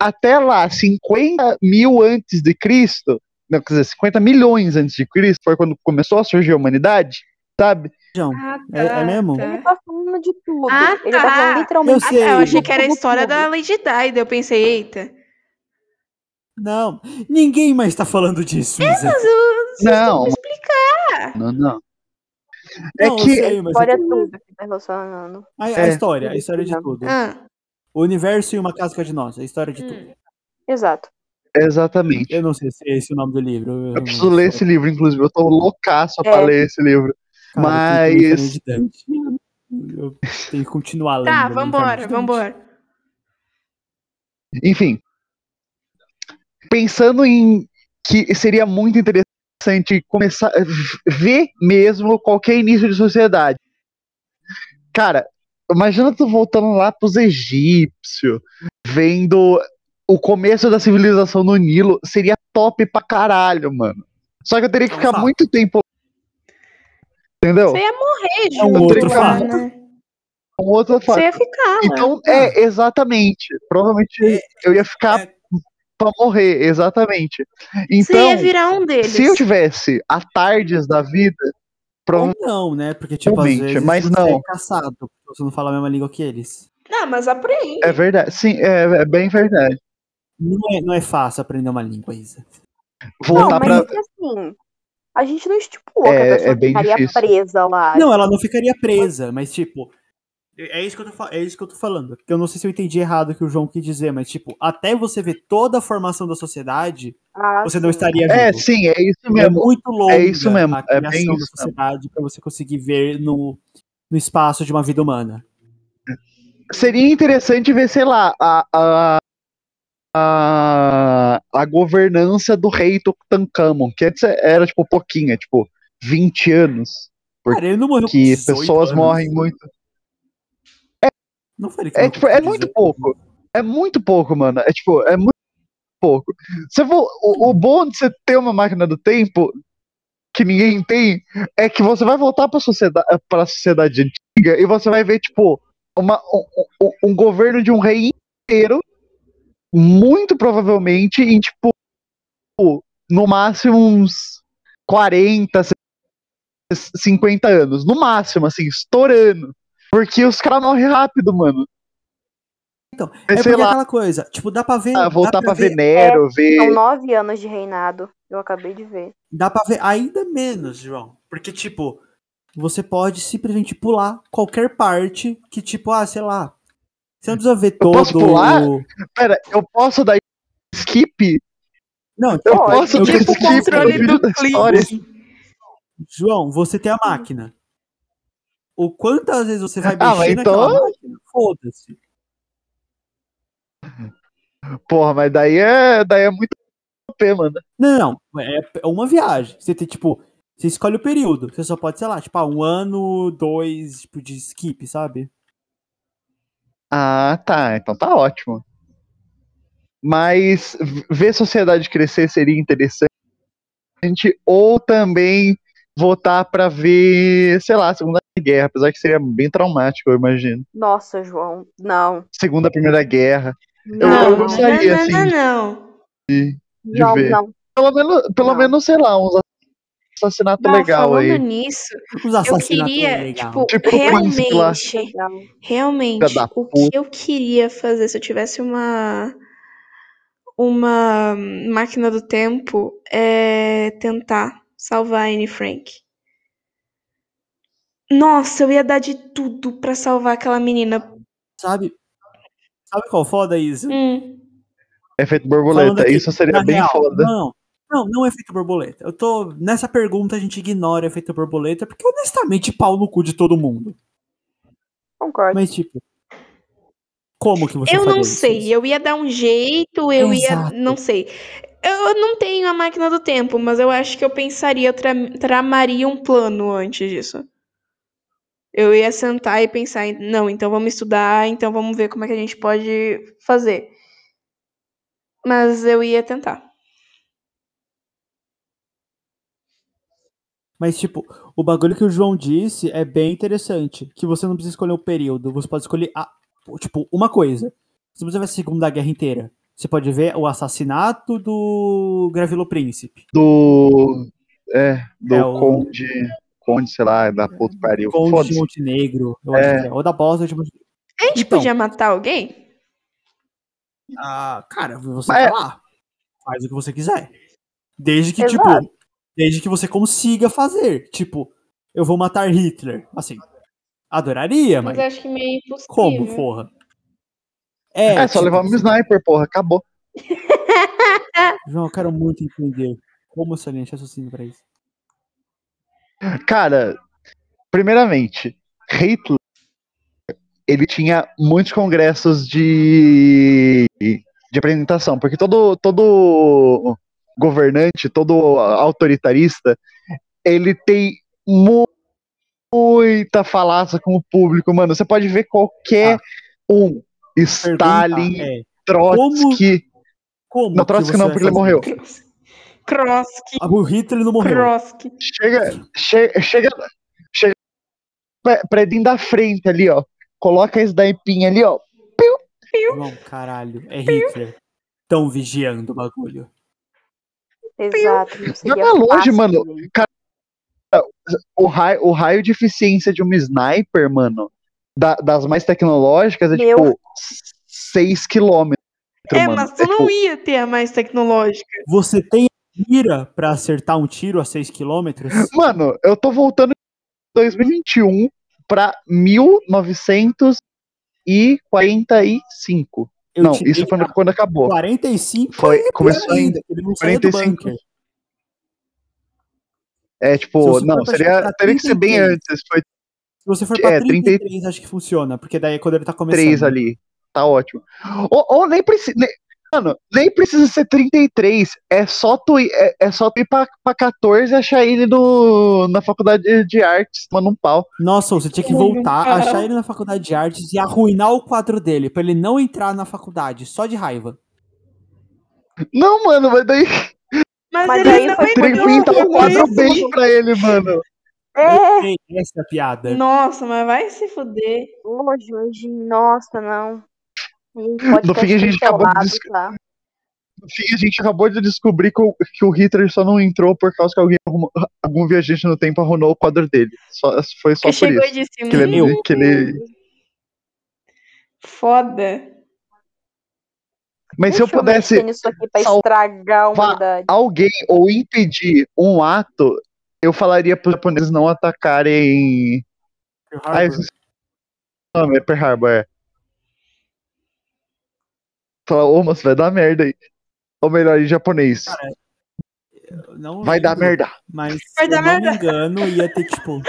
Speaker 4: até lá, 50 mil antes de Cristo. Não, quer dizer, 50 milhões antes de Cristo foi quando começou a surgir a humanidade, sabe?
Speaker 6: João,
Speaker 7: Ah,
Speaker 6: É- é mesmo?
Speaker 7: tá.
Speaker 5: Ele tá falando de tudo.
Speaker 7: Ah,
Speaker 5: Ele tá
Speaker 7: tá.
Speaker 5: falando
Speaker 6: eu
Speaker 5: literalmente.
Speaker 7: Ah,
Speaker 6: sei.
Speaker 7: tá, eu achei que era a
Speaker 5: Como
Speaker 7: história
Speaker 5: tudo.
Speaker 7: da Lady Di, daí eu pensei, eita.
Speaker 6: Não, ninguém mais tá falando disso. Isa.
Speaker 7: É, Mas eu- vocês
Speaker 4: Não.
Speaker 7: têm que explicar.
Speaker 4: Não, não. É
Speaker 6: Não, eu
Speaker 4: que
Speaker 6: sei, mas
Speaker 5: História tudo que tá relacionando.
Speaker 6: a, a
Speaker 4: É.
Speaker 6: história, a história de tudo.
Speaker 7: Ah,
Speaker 6: O universo e uma casca de nós, a história de tudo.
Speaker 7: hum.
Speaker 5: Exato.
Speaker 4: exatamente.
Speaker 6: Eu não sei se é esse o nome do livro.
Speaker 4: Eu preciso ler esse livro, inclusive. Eu tô loucaço pra
Speaker 5: É.
Speaker 4: ler esse livro.
Speaker 6: Cara, eu tenho
Speaker 4: mas-
Speaker 6: que ler Fernando de Dante. Eu tenho que continuar lendo. né,
Speaker 7: Tá,
Speaker 6: ali, Fernando
Speaker 7: vambora,
Speaker 6: de Dante.
Speaker 7: vambora.
Speaker 4: Enfim. Pensando em que seria muito interessante começar a v- ver mesmo qualquer início de sociedade. Cara, imagina tu voltando lá pros egípcios, vendo o começo da civilização no Nilo, seria top pra caralho, mano. Só que eu teria que
Speaker 6: É um
Speaker 4: ficar
Speaker 6: fato.
Speaker 4: muito tempo. Entendeu?
Speaker 7: Você ia morrer,
Speaker 6: É um
Speaker 7: Ju,
Speaker 4: outro
Speaker 7: lá,
Speaker 6: fato.
Speaker 7: né?
Speaker 4: Um outro fato.
Speaker 7: Você ia
Speaker 5: Ah, né?
Speaker 7: ficar lá.
Speaker 4: Então, é, exatamente. Provavelmente eu ia ficar
Speaker 6: é.
Speaker 4: pra morrer, exatamente.
Speaker 7: Você
Speaker 4: Então,
Speaker 7: ia virar um deles.
Speaker 4: se eu tivesse a tardes da vida,
Speaker 6: Ou
Speaker 4: provavelmente.
Speaker 6: não, né? Porque, tipo, às
Speaker 4: Realmente,
Speaker 6: vezes
Speaker 4: mas
Speaker 6: você
Speaker 4: não.
Speaker 6: é caçado, porque você não fala a mesma língua que eles.
Speaker 7: Não, mas aprende.
Speaker 4: É verdade. Sim, é, é bem verdade.
Speaker 6: Não é, não é fácil aprender uma língua, Isa.
Speaker 5: Não,
Speaker 4: Voltar
Speaker 5: mas
Speaker 4: pra.
Speaker 5: é que assim, a gente não estipulou que
Speaker 4: É-
Speaker 5: a pessoa
Speaker 4: é bem
Speaker 5: ficaria
Speaker 4: difícil.
Speaker 5: presa lá.
Speaker 6: Não, ela não ficaria presa, mas, tipo. É é isso, que eu tô, fa- é isso que eu tô falando. Eu não sei se eu entendi errado o que o João quis dizer, mas, tipo, até você ver toda a formação da sociedade,
Speaker 5: Ah,
Speaker 6: você não
Speaker 5: sim.
Speaker 6: estaria vivo.
Speaker 4: É, sim, é isso
Speaker 6: É
Speaker 4: mesmo.
Speaker 6: muito longa
Speaker 4: É isso mesmo,
Speaker 6: a
Speaker 4: é
Speaker 6: criação
Speaker 4: bem
Speaker 6: da
Speaker 4: isso
Speaker 6: sociedade para você conseguir ver no, no espaço de uma vida humana.
Speaker 4: Seria interessante ver, sei lá, a. a... A, a governança do rei Tutankhamon, que antes era tipo pouquinho, é, tipo 20 anos, Por-
Speaker 6: Cara, ele não morreu com
Speaker 4: que
Speaker 6: 18
Speaker 4: pessoas
Speaker 6: anos.
Speaker 4: morrem muito.
Speaker 6: Não foi ele que
Speaker 4: É,
Speaker 6: morreu
Speaker 4: tipo,
Speaker 6: com
Speaker 4: é
Speaker 6: 18.
Speaker 4: muito pouco. É muito pouco, mano. É tipo, é muito pouco. Você vo- o, o bom de você ter uma máquina do tempo que ninguém tem é que você vai voltar pra sociedade, pra sociedade antiga e você vai ver, tipo, uma, um, um- um governo de um rei inteiro, muito provavelmente, em, tipo, no máximo uns 40, 50 anos. No máximo, assim, estourando. Porque os caras morrem rápido, mano.
Speaker 6: Então,
Speaker 4: Mas
Speaker 6: É
Speaker 4: sei
Speaker 6: porque
Speaker 4: lá, Ah,
Speaker 6: aquela coisa, tipo, dá pra ver.
Speaker 4: voltar
Speaker 6: dá
Speaker 4: pra
Speaker 6: é,
Speaker 4: Venero, ver.
Speaker 6: então
Speaker 5: São nove anos de reinado. Eu acabei de ver.
Speaker 6: Dá pra ver ainda menos, João. Porque, tipo, você pode simplesmente pular qualquer parte que, tipo, ah, sei lá. Você não precisa ver todo
Speaker 4: posso pular?
Speaker 6: o.
Speaker 4: Pera, eu posso dar skip?
Speaker 6: Não,
Speaker 4: Eu
Speaker 6: tipo,
Speaker 4: posso
Speaker 6: eu
Speaker 4: descrever
Speaker 6: quero-
Speaker 7: controle
Speaker 4: o vídeo
Speaker 7: do
Speaker 4: da
Speaker 7: clipe.
Speaker 4: história.
Speaker 6: João, você tem a máquina. O quantas vezes você vai
Speaker 4: Ah, mas
Speaker 6: mexer naquela
Speaker 4: então-
Speaker 6: máquina? Foda-se.
Speaker 4: Porra, mas daí é, daí é muito OP, mano.
Speaker 6: Não, não, não. É é uma viagem. Você tem, tipo, você escolhe o período. Você só pode, sei lá, tipo, ah, um ano, dois, tipo, de skip, sabe?
Speaker 4: Ah, tá. Então tá ótimo. Mas v- ver a sociedade crescer seria interessante. Ou também voltar pra ver, sei lá, a Segunda Guerra, apesar que seria bem traumático, eu imagino.
Speaker 5: Nossa, João, não.
Speaker 4: Segunda, Primeira Guerra. Eu,
Speaker 5: Não,
Speaker 4: eu gostaria,
Speaker 7: não,
Speaker 4: assim,
Speaker 7: não, não.
Speaker 4: de
Speaker 5: não,
Speaker 4: ver.
Speaker 5: não.
Speaker 4: Pelo menos, pelo
Speaker 5: Não.
Speaker 4: menos sei lá, uns assassinatos
Speaker 7: Bah,
Speaker 4: Tá legal
Speaker 7: falando
Speaker 4: aí.
Speaker 7: nisso,
Speaker 6: Os
Speaker 7: eu
Speaker 6: assassinatos
Speaker 7: queria,
Speaker 6: legais.
Speaker 7: tipo,
Speaker 4: Tipo, Prince lá.
Speaker 7: realmente,
Speaker 5: Legal.
Speaker 7: realmente,
Speaker 4: da
Speaker 7: o
Speaker 4: puta.
Speaker 7: que eu queria fazer se eu tivesse uma uma máquina do tempo é tentar salvar a Anne Frank. Nossa, eu ia dar de tudo pra salvar aquela menina.
Speaker 6: Sabe? Sabe qual foda é isso?
Speaker 7: Hum.
Speaker 4: Efeito
Speaker 6: Falando
Speaker 4: borboleta,
Speaker 6: aqui,
Speaker 4: isso seria
Speaker 6: na
Speaker 4: bem
Speaker 6: real,
Speaker 4: foda.
Speaker 6: Não, não, não é efeito borboleta. Eu tô. Nessa pergunta a gente ignora efeito borboleta, porque honestamente pau no cu de todo mundo.
Speaker 5: Concordo.
Speaker 6: Mas, tipo. Como que você
Speaker 7: Eu
Speaker 6: faria
Speaker 7: não
Speaker 6: isso?
Speaker 7: sei, eu ia dar um jeito, eu
Speaker 6: Exato.
Speaker 7: ia. Não sei. Eu não tenho a máquina do tempo, mas eu acho que eu pensaria, eu tra- tramaria um plano antes disso. Eu ia sentar e pensar, em- não, então vamos estudar, então vamos ver como é que a gente pode fazer. Mas eu ia tentar.
Speaker 6: Mas, tipo, o bagulho que o João disse é bem interessante. Que você não precisa escolher o período, você pode escolher, a, tipo, uma coisa. Se você vai a Segunda Guerra inteira, você pode ver o assassinato do Gravilo Príncipe.
Speaker 4: Do. É, do
Speaker 6: É, o-
Speaker 4: Conde. Conde, sei lá, da puta que pariu.
Speaker 6: Conde de
Speaker 4: Foda-se.
Speaker 6: Montenegro, eu acho
Speaker 4: É.
Speaker 6: que é. Ou da Bósnia de Montenegro.
Speaker 7: A gente
Speaker 6: Então.
Speaker 7: podia matar alguém?
Speaker 6: Ah, cara, você
Speaker 4: Mas- é-
Speaker 6: tá lá. Faz o que você quiser. Desde que,
Speaker 5: Exato.
Speaker 6: tipo, desde que você consiga fazer. Tipo, eu vou matar Hitler. Assim, adoraria, mas,
Speaker 7: Mas acho que meio impossível.
Speaker 6: como, porra?
Speaker 4: É, só
Speaker 6: tipo,
Speaker 4: levar um sniper, porra, acabou.
Speaker 6: João, eu quero muito entender como essa linha de raciocínio pra isso.
Speaker 4: Cara, primeiramente, Hitler. Ele tinha muitos congressos de. de apresentação, porque todo, todo governante, todo autoritarista, ele tem mu- muita falácia com o público, mano. Você pode ver qualquer um.
Speaker 6: Ah. Pergunta
Speaker 4: Stalin,
Speaker 6: é,
Speaker 4: Trotsky.
Speaker 6: como
Speaker 4: Não,
Speaker 6: que
Speaker 4: Trotsky
Speaker 6: você
Speaker 4: não,
Speaker 6: vai
Speaker 4: porque ele
Speaker 6: fazer?
Speaker 4: morreu.
Speaker 7: Kroski,
Speaker 6: Ah, O Hitler não morreu.
Speaker 7: Kroski.
Speaker 4: Chega, chega, chega, chega pra- predinho da frente ali, ó. Coloca a snipinha ali, ó.
Speaker 6: João, caralho, é Hitler. Tão vigiando o bagulho.
Speaker 5: Exato. Não
Speaker 4: Vai
Speaker 5: seria
Speaker 4: pra um é longe,
Speaker 5: fácil,
Speaker 4: mano.
Speaker 5: né?
Speaker 4: O raio, o raio de eficiência de uma sniper, mano, da- das mais tecnológicas é
Speaker 5: Meu.
Speaker 4: tipo 6 km,
Speaker 7: É,
Speaker 4: mano. tipo,
Speaker 7: mas tu não ia ter a mais tecnológica.
Speaker 6: Você tem mira pra acertar um tiro a 6 km?
Speaker 4: Mano, eu tô voltando em 2021 pra 1945.
Speaker 6: Eu
Speaker 4: não,
Speaker 6: te
Speaker 4: isso
Speaker 6: dei
Speaker 4: foi
Speaker 6: a
Speaker 4: quando acabou.
Speaker 6: 45
Speaker 4: Foi-
Speaker 6: é pior
Speaker 4: começou em
Speaker 6: que ele não saiu do
Speaker 4: 45.
Speaker 6: bunker.
Speaker 4: É,
Speaker 6: Se
Speaker 4: tipo,
Speaker 6: você
Speaker 4: não,
Speaker 6: for pra
Speaker 4: seria,
Speaker 6: chegar pra
Speaker 4: teria que ser bem
Speaker 6: 33.
Speaker 4: antes. Foi
Speaker 6: Se você for pra
Speaker 4: É,
Speaker 6: 33, acho que funciona, porque daí é quando ele tá começando.
Speaker 4: 3 ali. Tá ótimo. Ou, ou nem precisa. nem- Mano, nem precisa ser 33. É só tu ir, é, é só tu ir pra, pra 14 e achar ele no, na faculdade de- de artes, mano, um pau.
Speaker 6: Nossa, você tinha que
Speaker 7: Ai,
Speaker 6: voltar,
Speaker 7: cara.
Speaker 6: achar ele na faculdade de artes e arruinar o quadro dele, pra ele não entrar na faculdade, só de raiva.
Speaker 4: Não, mano, mas daí
Speaker 7: Mas,
Speaker 5: Mas aí
Speaker 7: ele não
Speaker 5: foi
Speaker 7: entrou
Speaker 5: porque-
Speaker 4: pinta
Speaker 5: Não,
Speaker 4: um
Speaker 6: é
Speaker 4: quadro
Speaker 7: nisso.
Speaker 4: bem pra ele, mano.
Speaker 5: É,
Speaker 6: Tem essa piada.
Speaker 7: Nossa, mas vai se fuder.
Speaker 5: longe, hoje. Nossa, não. Ele pode
Speaker 4: No
Speaker 5: ser
Speaker 4: fim, a gente acabou de
Speaker 5: cancelado,
Speaker 4: discu-
Speaker 5: tá?
Speaker 4: Enfim, a gente acabou de descobrir que o, que o Hitler só não entrou por causa que alguém arrumou- algum viajante no tempo arruinou o quadro dele. Só, foi só por
Speaker 7: Que chegou
Speaker 4: isso.
Speaker 7: e disse,
Speaker 4: Que ele, é
Speaker 7: "Hum,
Speaker 4: que ele
Speaker 7: foda.
Speaker 4: Mas se eu
Speaker 5: Deixa
Speaker 4: pudesse
Speaker 5: mexer nisso aqui pra
Speaker 4: salvar
Speaker 5: estragar a humanidade.
Speaker 4: alguém ou impedir um ato, eu falaria para os japoneses não atacarem. Ah, eu esqueci o nome, é Pearl Harbor. é. Falar, ô moço, vai dar merda aí. Ou melhor, em japonês.
Speaker 6: Eu Não
Speaker 4: Vai dar
Speaker 6: lembro,
Speaker 4: merda.
Speaker 6: Mas se
Speaker 7: Vai
Speaker 6: eu
Speaker 7: dar
Speaker 6: não
Speaker 7: merda.
Speaker 6: me engano, ia ter tipo.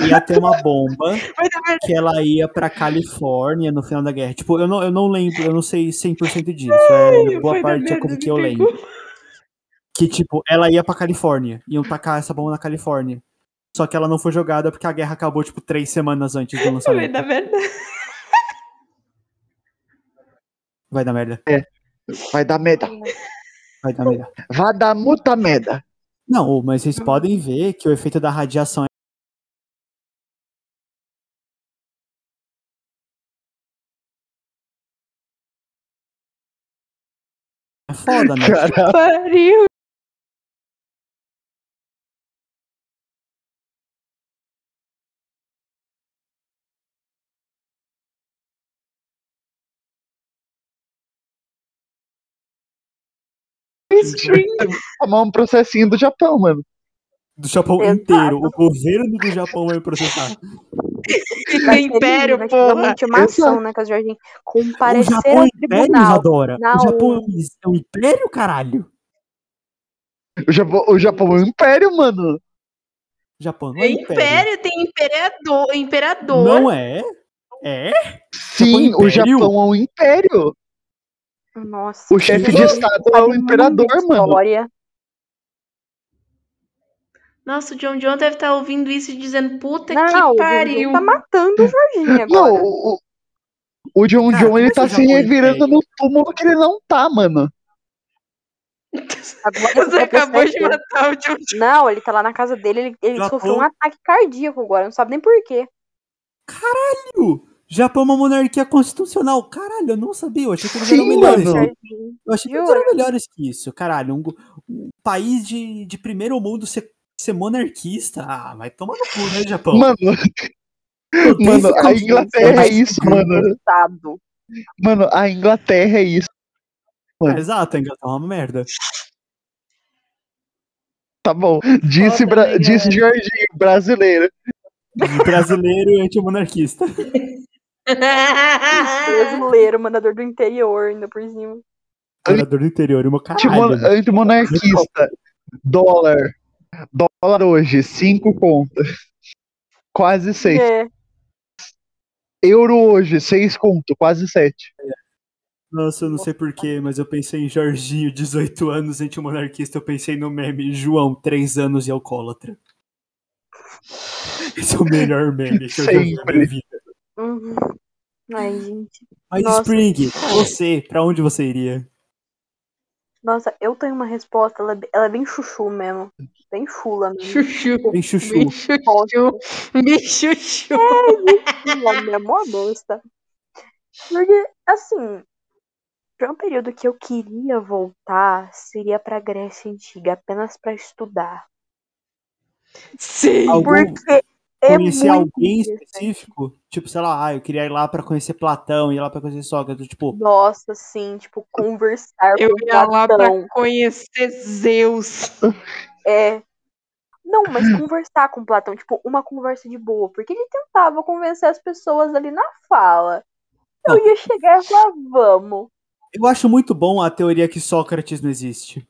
Speaker 6: Ia ter uma bomba
Speaker 7: Vai dar merda.
Speaker 6: que ela ia pra Califórnia no final da guerra. Tipo, eu não, eu não lembro, eu não sei 100% disso. É boa
Speaker 7: Vai dar
Speaker 6: parte é
Speaker 7: merda,
Speaker 6: como
Speaker 7: me
Speaker 6: que eu
Speaker 7: pegou.
Speaker 6: lembro. Que, tipo, ela ia pra Califórnia. Iam tacar essa bomba na Califórnia. Só que ela não foi jogada porque a guerra acabou, tipo, três semanas antes do
Speaker 7: Vai
Speaker 6: lançamento.
Speaker 7: dar merda.
Speaker 6: Vai dar merda.
Speaker 4: Vai dar merda.
Speaker 6: Vai dar merda.
Speaker 4: Vai dar muita merda.
Speaker 6: Não, ô, mas vocês podem ver que o efeito da radiação é. É foda, né?
Speaker 4: Cara,
Speaker 7: Pariu. Screen.
Speaker 4: tomar um processinho do Japão, mano.
Speaker 6: Do Japão
Speaker 5: Exato.
Speaker 6: inteiro. O governo do Japão vai processar.
Speaker 7: Fica império,
Speaker 5: vai ter uma
Speaker 7: porra.
Speaker 5: intimação, né, Caso Jardim?
Speaker 6: o
Speaker 5: Comparecer
Speaker 6: Japão
Speaker 4: né,
Speaker 5: ao
Speaker 6: inteiro nos
Speaker 5: um tribunal.
Speaker 6: adora.
Speaker 5: na
Speaker 6: O Japão é um- é um império, caralho.
Speaker 4: O Japão, o Japão é um império, mano.
Speaker 6: O Japão não
Speaker 7: É
Speaker 6: é império.
Speaker 7: império, tem imperador. Imperador.
Speaker 6: Não é? É?
Speaker 4: Sim,
Speaker 6: Japão é
Speaker 4: o
Speaker 6: um império?
Speaker 4: Japão é um império.
Speaker 5: Nossa.
Speaker 4: O chefe de
Speaker 5: gente,
Speaker 4: estado é o
Speaker 5: sabe
Speaker 4: imperador,
Speaker 5: muita
Speaker 4: mano.
Speaker 5: história.
Speaker 7: Nossa, o John John deve estar ouvindo isso e dizendo, puta
Speaker 5: Não,
Speaker 7: que
Speaker 5: não, o
Speaker 7: pariu.
Speaker 5: Dudu tá matando o Jorginho
Speaker 4: Não,
Speaker 5: agora.
Speaker 4: o, o- o John
Speaker 6: Cara,
Speaker 4: John ele
Speaker 6: como é que
Speaker 4: tá
Speaker 6: o
Speaker 4: se
Speaker 6: Japão é
Speaker 4: revirando
Speaker 6: império?
Speaker 4: no túmulo que ele não tá, mano.
Speaker 5: Agora é ele
Speaker 7: Você
Speaker 5: vai pra
Speaker 7: acabou de
Speaker 5: Tá certeza.
Speaker 7: matar o John John.
Speaker 5: Não, ele tá lá na casa dele, ele, ele
Speaker 6: Já
Speaker 5: sofreu
Speaker 6: tô.
Speaker 5: um ataque cardíaco agora, não sabe nem por quê.
Speaker 6: Caralho! Japão é uma monarquia constitucional. Caralho, eu não sabia. Eu achei que eles
Speaker 4: Sim,
Speaker 6: eram melhores.
Speaker 4: mano.
Speaker 5: Jardim.
Speaker 6: Eu achei que eles
Speaker 5: Jura?
Speaker 6: eram melhores que isso. Caralho, um, go- um país de, de primeiro mundo ser, ser monarquista. Ah, vai tomar no cu, né, Japão?
Speaker 4: Mano,
Speaker 6: Eu odeio
Speaker 4: mano,
Speaker 6: esse né?
Speaker 4: a
Speaker 6: país.
Speaker 4: Inglaterra é
Speaker 6: Mas-
Speaker 4: isso, mano.
Speaker 5: Coitado.
Speaker 4: Mano, a Inglaterra é isso.
Speaker 6: Ah, exato, a Inglaterra é uma merda.
Speaker 4: Tá bom. Disse,
Speaker 7: Foda,
Speaker 4: Bra-
Speaker 7: né,
Speaker 4: disse Jorginho, brasileiro.
Speaker 6: E Um brasileiro e antimonarquista.
Speaker 7: É.
Speaker 5: Brasileiro, mandador do interior, ainda por cima.
Speaker 6: Morador do interior, meu
Speaker 4: Antimon-
Speaker 6: caralho.
Speaker 4: Antimonarquista. Dólar. Dólar hoje, 5 conto. Quase 6.
Speaker 5: É.
Speaker 4: Euro hoje, 6 conto, quase 7.
Speaker 6: Nossa, eu não sei porquê, mas eu pensei em Jorginho, 18 anos, antimonarquista. Eu pensei no meme João, 3 anos e alcoólatra. Esse é o melhor meme que eu já vi na
Speaker 4: Sempre.
Speaker 6: minha vida.
Speaker 5: Uhum. Ai, gente.
Speaker 6: Mas
Speaker 5: Nossa.
Speaker 6: Spring, você, pra onde você iria?
Speaker 5: Nossa, eu tenho uma resposta, ela é, ela é bem chuchu mesmo. Bem chula mesmo.
Speaker 7: Chuchu.
Speaker 6: Em Chuchu.
Speaker 7: Me chuchu. Me chuchu.
Speaker 5: Ela é uma bosta. Porque, assim, pra um período que eu queria voltar, seria pra Grécia Antiga, apenas pra estudar.
Speaker 7: Sim.
Speaker 6: Algum,
Speaker 5: Porque é
Speaker 6: conhecer
Speaker 5: muito
Speaker 6: alguém
Speaker 5: interessante.
Speaker 6: específico? Tipo, sei lá, ah, eu queria ir lá pra conhecer Platão, ir lá pra conhecer Sócrates. Tipo,
Speaker 5: Nossa, assim, tipo, conversar
Speaker 7: Eu
Speaker 5: com
Speaker 7: ia lá
Speaker 5: Platão.
Speaker 7: pra conhecer Zeus.
Speaker 5: É. Não, mas conversar com Platão, tipo, uma conversa de boa, porque ele tentava convencer as pessoas ali na fala. Eu ia chegar e falar, vamos.
Speaker 6: eu acho muito bom a teoria que Sócrates não existe.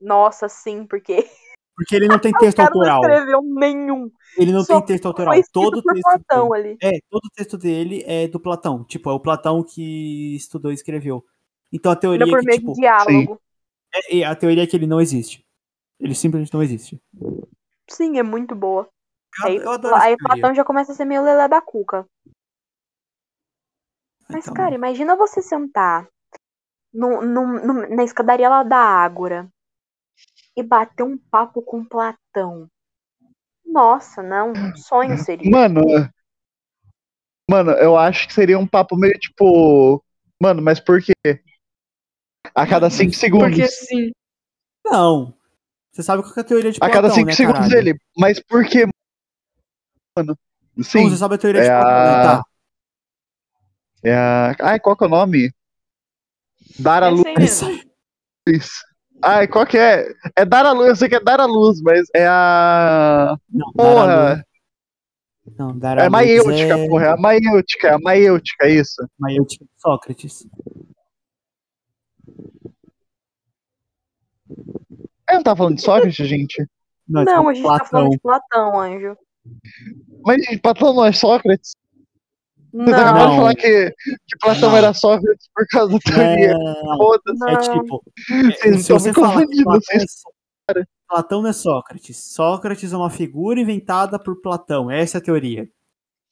Speaker 5: Nossa, sim, porque
Speaker 6: Porque ele não tem texto
Speaker 5: o cara não
Speaker 6: autoral.
Speaker 5: escreveu nenhum.
Speaker 6: Ele não
Speaker 5: Só
Speaker 6: tem texto autoral.
Speaker 5: Foi escrito
Speaker 6: Todo
Speaker 5: por
Speaker 6: texto
Speaker 5: Platão ali.
Speaker 6: É, todo o texto dele é do Platão. Tipo, é o Platão que estudou e escreveu. Então a
Speaker 5: Era
Speaker 6: teoria
Speaker 5: é por
Speaker 6: que,
Speaker 5: meio de
Speaker 6: tipo,
Speaker 5: diálogo.
Speaker 6: é- é- a teoria é que ele não existe. Ele simplesmente não existe.
Speaker 5: Sim. é muito boa.
Speaker 6: Eu,
Speaker 5: aí
Speaker 6: eu adoro essa
Speaker 5: aí
Speaker 6: teoria.
Speaker 5: Platão já começa a ser meio lelé da cuca. Mas,
Speaker 6: Então,
Speaker 5: cara, imagina você sentar no, no- no- na escadaria lá da Ágora e bater um papo com Platão. Nossa, não. Um sonho seria.
Speaker 4: Mano, é. mano, eu acho que seria um papo meio tipo. Mano, mas por quê? A cada 5 segundos.
Speaker 7: Porque assim, sim.
Speaker 6: Não. Você sabe qual que é a teoria de
Speaker 4: A
Speaker 6: Platão,
Speaker 4: cada 5
Speaker 6: né,
Speaker 4: segundos
Speaker 6: caralho?
Speaker 4: ele. Mas por quê, mano?
Speaker 6: Não,
Speaker 4: Sim.
Speaker 6: você sabe a teoria de
Speaker 4: É
Speaker 6: Platão, né?
Speaker 4: a-
Speaker 6: Tá.
Speaker 4: É a... Ai, qual que é o nome? Dar a
Speaker 7: Eu
Speaker 4: luz.
Speaker 7: sei
Speaker 6: É
Speaker 7: mesmo.
Speaker 6: isso aí.
Speaker 4: Ai, qual que é? É dar a luz, eu sei que é dar a luz, mas é a.
Speaker 6: Não, dar a luz.
Speaker 4: Porra!
Speaker 6: Não, dar a
Speaker 4: É
Speaker 6: luz
Speaker 4: maiêutica,
Speaker 6: é...
Speaker 4: porra. É a maiêutica, é a maiêutica, isso.
Speaker 6: Maiêutica de Sócrates.
Speaker 4: Eu não tava falando de Sócrates, gente.
Speaker 6: Não, é desculpa,
Speaker 5: não, a gente tá falando de Platão, anjo.
Speaker 4: Mas gente, Platão não é Sócrates. Você tá acabando de
Speaker 5: Não,
Speaker 4: falar que, que Platão
Speaker 6: Não.
Speaker 4: era Sócrates por causa da teoria.
Speaker 6: Não,
Speaker 4: Foda-se.
Speaker 5: não.
Speaker 6: É tipo.
Speaker 4: Vocês
Speaker 6: é, se
Speaker 4: estão
Speaker 6: você
Speaker 4: me
Speaker 6: falar que
Speaker 4: confundindo,
Speaker 6: Platão,
Speaker 4: vocês-
Speaker 6: é Só- Platão não é Sócrates. Sócrates é uma figura inventada por Platão. Essa é a teoria.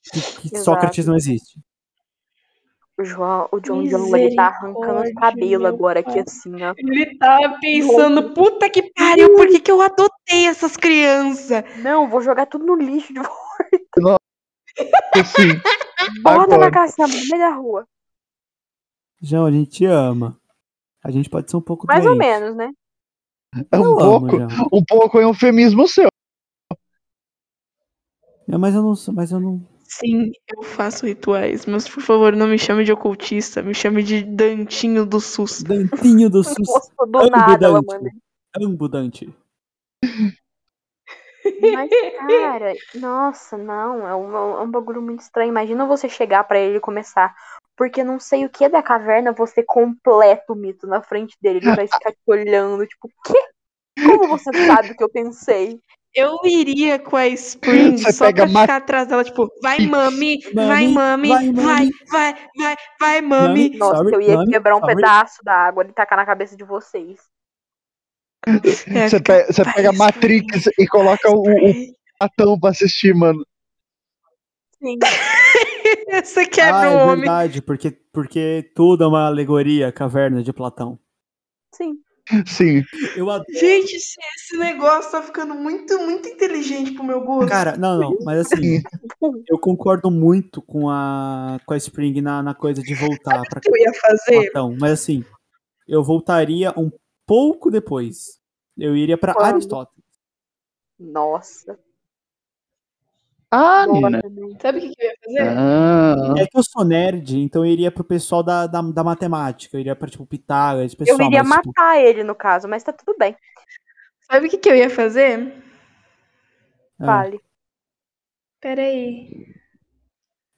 Speaker 6: Que, que
Speaker 5: Exato.
Speaker 6: Sócrates não existe.
Speaker 5: O João, o John John ele tá arrancando os
Speaker 7: Misericórdia,
Speaker 5: cabelos
Speaker 7: meu
Speaker 5: agora aqui
Speaker 7: pai.
Speaker 5: assim, ó.
Speaker 7: Ele tava pensando, puta que pariu, por que, que eu adotei essas crianças?
Speaker 5: Não, vou jogar tudo no lixo de volta.
Speaker 4: Assim,
Speaker 5: Bota na
Speaker 4: agora.
Speaker 5: caçamba no meio da rua.
Speaker 6: João, a gente te ama. A gente pode ser um pouco
Speaker 5: Mais ou
Speaker 6: doente.
Speaker 5: menos, né?
Speaker 4: É um
Speaker 6: Eu amo,
Speaker 4: pouco,
Speaker 6: João.
Speaker 4: um pouco é um eufemismo seu.
Speaker 6: É, mas eu não sou, mas eu não.
Speaker 7: Sim, eu faço rituais, mas por favor, não me chame de ocultista, me chame de Dantinho do SUS.
Speaker 6: Dantinho do SUS.
Speaker 5: Nossa, do
Speaker 6: Amo
Speaker 5: nada ela
Speaker 6: Dante.
Speaker 5: manda.
Speaker 6: Amo Dante.
Speaker 5: Mas, cara, nossa, não, é um, é um bagulho muito estranho. Imagina você chegar pra ele e começar. Porque não sei o que é da caverna, você completa o mito na frente dele. Ele vai ficar te olhando, tipo, o quê? Como você sabe o que eu pensei?
Speaker 7: Eu iria com a Spring
Speaker 4: Você
Speaker 7: só
Speaker 4: pega
Speaker 7: pra
Speaker 4: ma-
Speaker 7: ficar atrás dela, tipo, vai mami, vai mami,
Speaker 6: vai,
Speaker 7: vai,
Speaker 6: mami.
Speaker 7: vai, vai, vai mami.
Speaker 5: Nossa,
Speaker 6: Sorry,
Speaker 5: eu ia
Speaker 6: mami,
Speaker 5: quebrar um
Speaker 6: sorry.
Speaker 5: pedaço da água e tacar na cabeça de vocês.
Speaker 7: É,
Speaker 4: Você pega, você
Speaker 7: capaz,
Speaker 4: pega Matrix e coloca o, o
Speaker 7: Spring.
Speaker 4: Platão pra assistir, mano.
Speaker 5: Sim.
Speaker 7: Você quebra
Speaker 6: ah,
Speaker 7: o
Speaker 6: é
Speaker 7: homem.
Speaker 6: verdade, porque, porque tudo é uma alegoria, a caverna de Platão.
Speaker 5: Sim.
Speaker 4: Sim.
Speaker 6: Eu adoro.
Speaker 7: Gente, esse, esse negócio tá ficando muito, muito inteligente pro meu gosto.
Speaker 6: Cara, não, não, mas assim, eu concordo muito com a, com a Spring na, na coisa de voltar pra
Speaker 7: O que eu ia fazer?
Speaker 6: Platão, mas assim, eu voltaria um pouco depois. Eu iria pra
Speaker 5: Quando?
Speaker 6: Aristóteles.
Speaker 5: Nossa.
Speaker 4: Ah,
Speaker 5: Nossa,
Speaker 4: Nina.
Speaker 5: não.
Speaker 7: Sabe o que que eu ia fazer?
Speaker 4: Ah.
Speaker 6: É que eu sou nerd, então eu iria pro pessoal da, da, da matemática, eu iria pra, tipo, Pitágoras, esse
Speaker 5: Eu
Speaker 6: pessoal.
Speaker 5: iria
Speaker 6: mas, tipo,
Speaker 5: matar ele, no caso, mas tá tudo bem.
Speaker 7: Sabe o que, que eu ia fazer?
Speaker 6: ah,
Speaker 5: Fale.
Speaker 7: Peraí.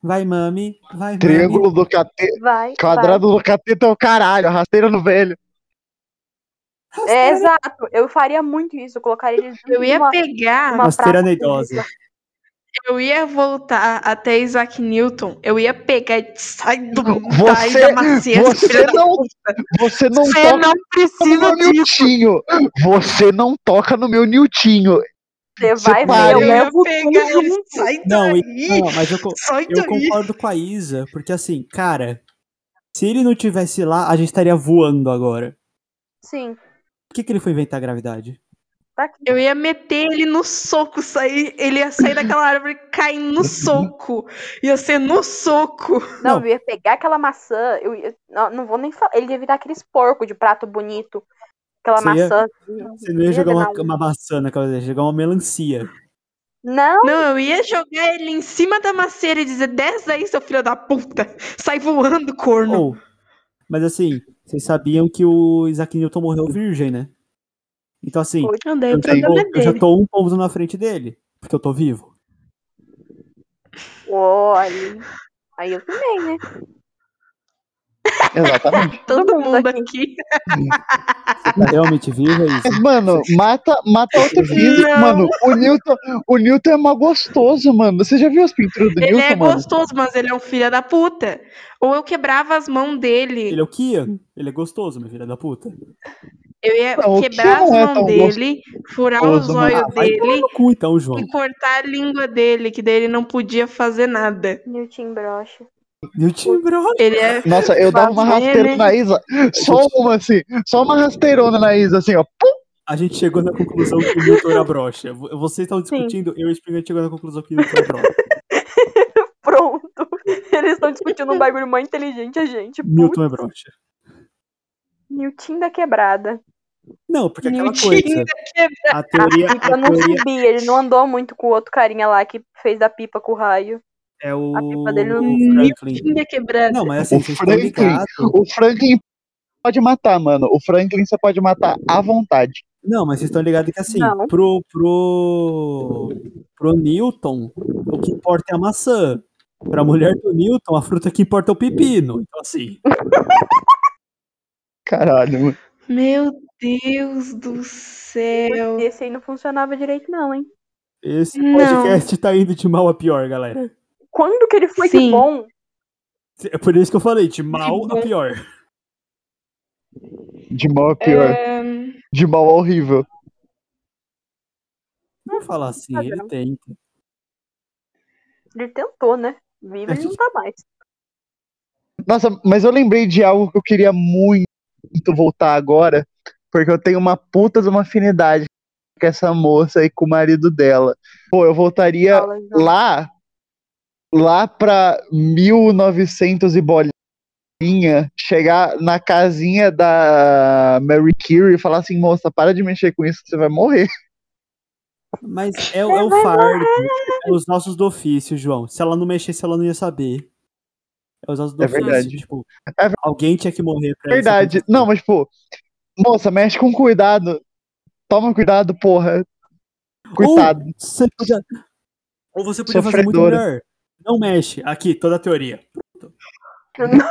Speaker 6: Vai, mami, vai, mami.
Speaker 4: Triângulo do cateta.
Speaker 5: Vai,
Speaker 4: Quadrado do cateta é o caralho. Rasteira no velho.
Speaker 5: vai. É, exato. Eu faria muito isso. Eu colocaria eles dentro
Speaker 7: Eu ia
Speaker 5: de uma,
Speaker 7: pegar,
Speaker 5: uma
Speaker 6: Rasteira na
Speaker 5: praça
Speaker 6: idosa.
Speaker 5: pública.
Speaker 7: eu ia voltar até Isaac Newton. Eu ia pegar e sai do sai
Speaker 4: Você-
Speaker 7: da maceta.
Speaker 4: você
Speaker 7: filha da
Speaker 4: não-
Speaker 7: puta.
Speaker 4: Você não
Speaker 7: Você
Speaker 4: toca
Speaker 7: não
Speaker 4: no meu
Speaker 7: precisa disso.
Speaker 4: Niltinho. Você não toca no meu Niltinho.
Speaker 5: Você
Speaker 4: Você
Speaker 6: Tipo,
Speaker 5: vai
Speaker 4: pare.
Speaker 5: ver, eu
Speaker 7: Eu ia
Speaker 5: levo
Speaker 7: pegar
Speaker 5: tudo
Speaker 7: e
Speaker 5: junto.
Speaker 7: sai
Speaker 6: Não, e-
Speaker 7: daí.
Speaker 6: não, mas eu, co-
Speaker 7: sai
Speaker 5: é
Speaker 6: eu
Speaker 7: daí.
Speaker 6: concordo com a Isa, porque assim, cara, se ele não tivesse lá, a gente estaria voando agora.
Speaker 5: Sim.
Speaker 6: Por que, que ele foi inventar a gravidade?
Speaker 5: Tá aqui.
Speaker 7: Eu ia meter ele no soco, sair, ele ia sair daquela árvore caindo
Speaker 6: Uhum.
Speaker 7: no soco. Ia ser no soco.
Speaker 6: Não.
Speaker 5: Não, eu ia pegar aquela maçã. Eu ia- não, não vou nem falar. Ele ia virar aqueles porco de prato bonito. Aquela
Speaker 6: Você ia-
Speaker 5: maçã.
Speaker 6: Você não ia
Speaker 5: Ia
Speaker 6: jogar uma,
Speaker 5: dar um- na-
Speaker 6: uma maçã na cabeça, ia jogar uma melancia.
Speaker 5: Não,
Speaker 7: Não, eu ia jogar ele em cima da maceira e dizer: desce daí, seu filho da puta. Sai voando, corno.
Speaker 6: Ou, mas assim, vocês sabiam que o Isaac Newton morreu virgem, né? Então assim,
Speaker 5: Foi.
Speaker 7: Não, daí
Speaker 6: eu
Speaker 7: o
Speaker 6: já,
Speaker 7: problema
Speaker 6: tô,
Speaker 7: é
Speaker 6: eu já
Speaker 7: dele.
Speaker 6: tô um pouso na frente dele, porque eu tô vivo.
Speaker 5: olha. Aí eu também, né?
Speaker 4: Exatamente.
Speaker 7: Todo,
Speaker 5: todo mundo
Speaker 7: mundo
Speaker 5: aqui.
Speaker 7: aqui.
Speaker 6: Você tá realmente vivo, é isso?
Speaker 4: Mano, mata, mata outro físico,
Speaker 7: Não.
Speaker 4: mano. O Newton, o Newton é mal gostoso, mano. Você já viu as pinturas do
Speaker 7: Ele
Speaker 4: Newton,
Speaker 7: é
Speaker 4: mano?
Speaker 7: gostoso, mas ele é um filho da puta. Ou eu quebrava as mãos dele.
Speaker 6: Ele é o Kian, ele é gostoso, meu filho da puta.
Speaker 7: Eu ia
Speaker 4: Não, o que
Speaker 7: quebrar as
Speaker 4: não é
Speaker 7: mãos
Speaker 4: tão
Speaker 7: dele, furar os
Speaker 4: gostoso, é. mas-
Speaker 7: olhos
Speaker 6: Ah, vai tomar
Speaker 7: dele
Speaker 6: no cu então, João.
Speaker 7: e cortar a língua dele, que daí ele não podia fazer nada.
Speaker 5: Newton Brocha.
Speaker 6: Eu te broto.
Speaker 7: Ele é.
Speaker 4: Nossa, eu dava uma
Speaker 7: Fazer, né?
Speaker 4: rasteira na Isa. Só uma, assim. Só uma rasteirona na Isa, assim, ó.
Speaker 6: A gente chegou na conclusão que o Newton era broxa. Vo- Vocês estão discutindo, eu e o Springant chegou na conclusão que o Newton é era broxa.
Speaker 5: Pronto. Eles estão discutindo um bagulho mais inteligente, a gente. Puta.
Speaker 6: Newton é broxa.
Speaker 5: Newton da quebrada.
Speaker 6: Não, porque aquela
Speaker 7: Newton
Speaker 6: coisa. A teoria,
Speaker 5: A pipa
Speaker 6: a
Speaker 5: não
Speaker 6: teoria
Speaker 5: subia, ele não andou muito com o outro carinha lá que fez da pipa com o raio.
Speaker 6: é o,
Speaker 5: a pipa dele não-
Speaker 6: o Franklin.
Speaker 7: Tinha quebrado.
Speaker 6: Não, mas assim,
Speaker 4: O
Speaker 6: vocês estão ligados.
Speaker 4: O Franklin pode matar, mano. O Franklin você pode matar à vontade.
Speaker 6: Não, mas vocês estão ligados que assim,
Speaker 5: Não.
Speaker 6: pro, pro, pro Newton, o que importa é a maçã. Pra mulher do Newton, a fruta que importa é o pepino. Então assim,
Speaker 4: Caralho, mano.
Speaker 7: Meu Deus do céu.
Speaker 5: Esse aí não funcionava direito, não, hein?
Speaker 6: Esse
Speaker 7: Não.
Speaker 6: podcast tá indo de mal a pior, galera.
Speaker 5: Quando que ele foi de
Speaker 7: Sim.
Speaker 5: bom?
Speaker 6: É por isso que eu falei, de mal a pior.
Speaker 4: De mal a pior.
Speaker 7: É,
Speaker 4: De mal a horrível.
Speaker 6: Não vou falar assim, ele tenta.
Speaker 5: Ele tentou, né? Vive, ele não tá mais.
Speaker 4: Nossa, mas eu lembrei de algo que eu queria muito voltar agora, porque eu tenho uma puta de uma afinidade com essa moça e com o marido dela. Pô, É, eu voltaria
Speaker 5: Fala, João.
Speaker 4: lá, lá pra 1900 e bolinha, chegar na casinha da Mary Curie e falar assim, moça, para de mexer com isso, que você vai morrer.
Speaker 6: Mas é, é o fardo. É os nossos do ofício, João. Se ela não mexesse, ela não ia saber. É os nossos do
Speaker 4: É
Speaker 6: ofício.
Speaker 4: verdade.
Speaker 6: Tipo,
Speaker 4: É ver-
Speaker 6: alguém tinha que morrer pra É, isso
Speaker 4: Verdade.
Speaker 6: acontecer.
Speaker 4: Não, mas, pô, moça, mexe com cuidado. Toma cuidado, porra. Coitado.
Speaker 6: Ou você podia, ou você podia fazer muito
Speaker 4: Sofredora.
Speaker 6: melhor. Não mexe. Aqui, toda a teoria.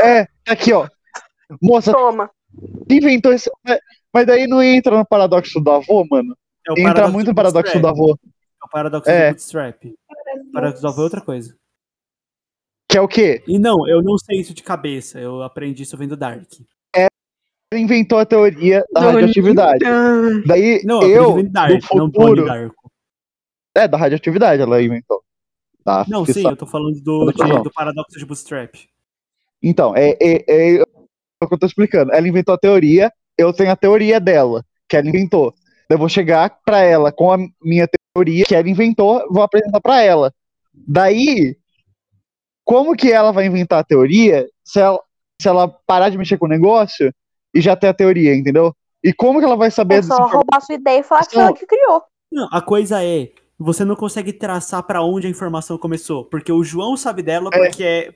Speaker 4: É, aqui, ó. Moça,
Speaker 5: Toma.
Speaker 4: quem inventou esse. mas- Mas daí não entra no paradoxo do avô, mano.
Speaker 6: É o
Speaker 4: Entra muito
Speaker 6: do
Speaker 4: no paradoxo do
Speaker 6: bootstrap.
Speaker 4: avô.
Speaker 6: É o paradoxo
Speaker 4: É.
Speaker 6: do bootstrap. O paradoxo do avô é outra coisa.
Speaker 4: Que é o quê?
Speaker 6: E não, eu não sei isso de cabeça. Eu aprendi isso vendo Dark.
Speaker 4: Ele inventou a teoria da
Speaker 7: Dormir.
Speaker 4: radioatividade.
Speaker 7: Ah,
Speaker 4: Daí
Speaker 6: Não, eu
Speaker 4: eu,
Speaker 6: aprendi vendo Dark,
Speaker 4: do
Speaker 6: não Donnie
Speaker 4: futuro.
Speaker 6: Dark.
Speaker 4: É, da radioatividade ela inventou. Tá,
Speaker 6: Não,
Speaker 4: que
Speaker 6: sim,
Speaker 4: sabe.
Speaker 6: eu tô falando do,
Speaker 4: Tá bom.
Speaker 6: de- do paradoxo de bootstrap.
Speaker 4: Então, é, é, é, é o que eu tô explicando. Ela inventou a teoria, eu tenho a teoria dela, que ela inventou. Eu vou chegar pra ela com a minha teoria que ela inventou, vou apresentar pra ela. Daí, como que ela vai inventar a teoria se ela, se ela parar de mexer com o negócio e já ter a teoria, entendeu? E como que ela vai saber
Speaker 5: É
Speaker 4: dessa
Speaker 5: só
Speaker 4: informação?
Speaker 5: roubar sua ideia e falar que foi
Speaker 4: Não.
Speaker 5: ela que criou.
Speaker 6: Não, a coisa é, você não consegue traçar pra onde a informação começou, porque o João sabe dela porque é,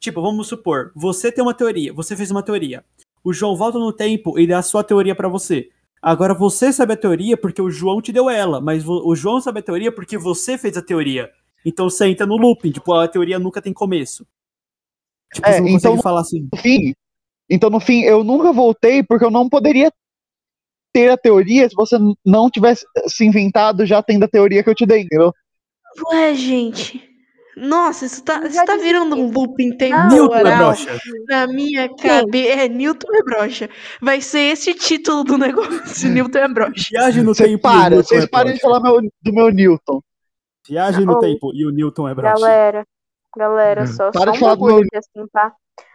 Speaker 6: tipo, vamos supor, você tem uma teoria, você fez uma teoria. O João volta no tempo e dá a sua teoria pra você. Agora você sabe a teoria porque o João te deu ela, mas vo- o João sabe a teoria porque você fez a teoria. Então você entra no looping, tipo, a teoria nunca tem começo. Tipo,
Speaker 4: É,
Speaker 6: você não
Speaker 4: então-
Speaker 6: consegue falar assim.
Speaker 4: no fim. Então, no fim, eu nunca voltei porque eu não poderia ter a teoria se você n- não tivesse se inventado já tendo a teoria que eu te dei, entendeu?
Speaker 7: ué, gente. Nossa, isso tá,
Speaker 5: Já
Speaker 7: isso tá
Speaker 5: disse
Speaker 7: virando um looping
Speaker 4: Ah,
Speaker 5: Não,
Speaker 6: Newton é
Speaker 7: temporal
Speaker 6: broxa.
Speaker 7: na minha cabeça. É, Newton é broxa. Vai ser esse título do negócio, Newton é broxa.
Speaker 6: Viagem no
Speaker 4: Você
Speaker 6: tempo e o
Speaker 4: para,
Speaker 6: Newton
Speaker 4: vocês
Speaker 6: é
Speaker 4: parem de
Speaker 6: broxa.
Speaker 4: falar meu- do meu Newton.
Speaker 6: Viagem no
Speaker 5: Oh.
Speaker 6: tempo e o Newton é broxa.
Speaker 5: Galera, galera, só,
Speaker 4: Para
Speaker 5: só
Speaker 4: de
Speaker 5: um
Speaker 4: falar do
Speaker 5: bagulho
Speaker 4: meu-
Speaker 5: aqui assim, tá?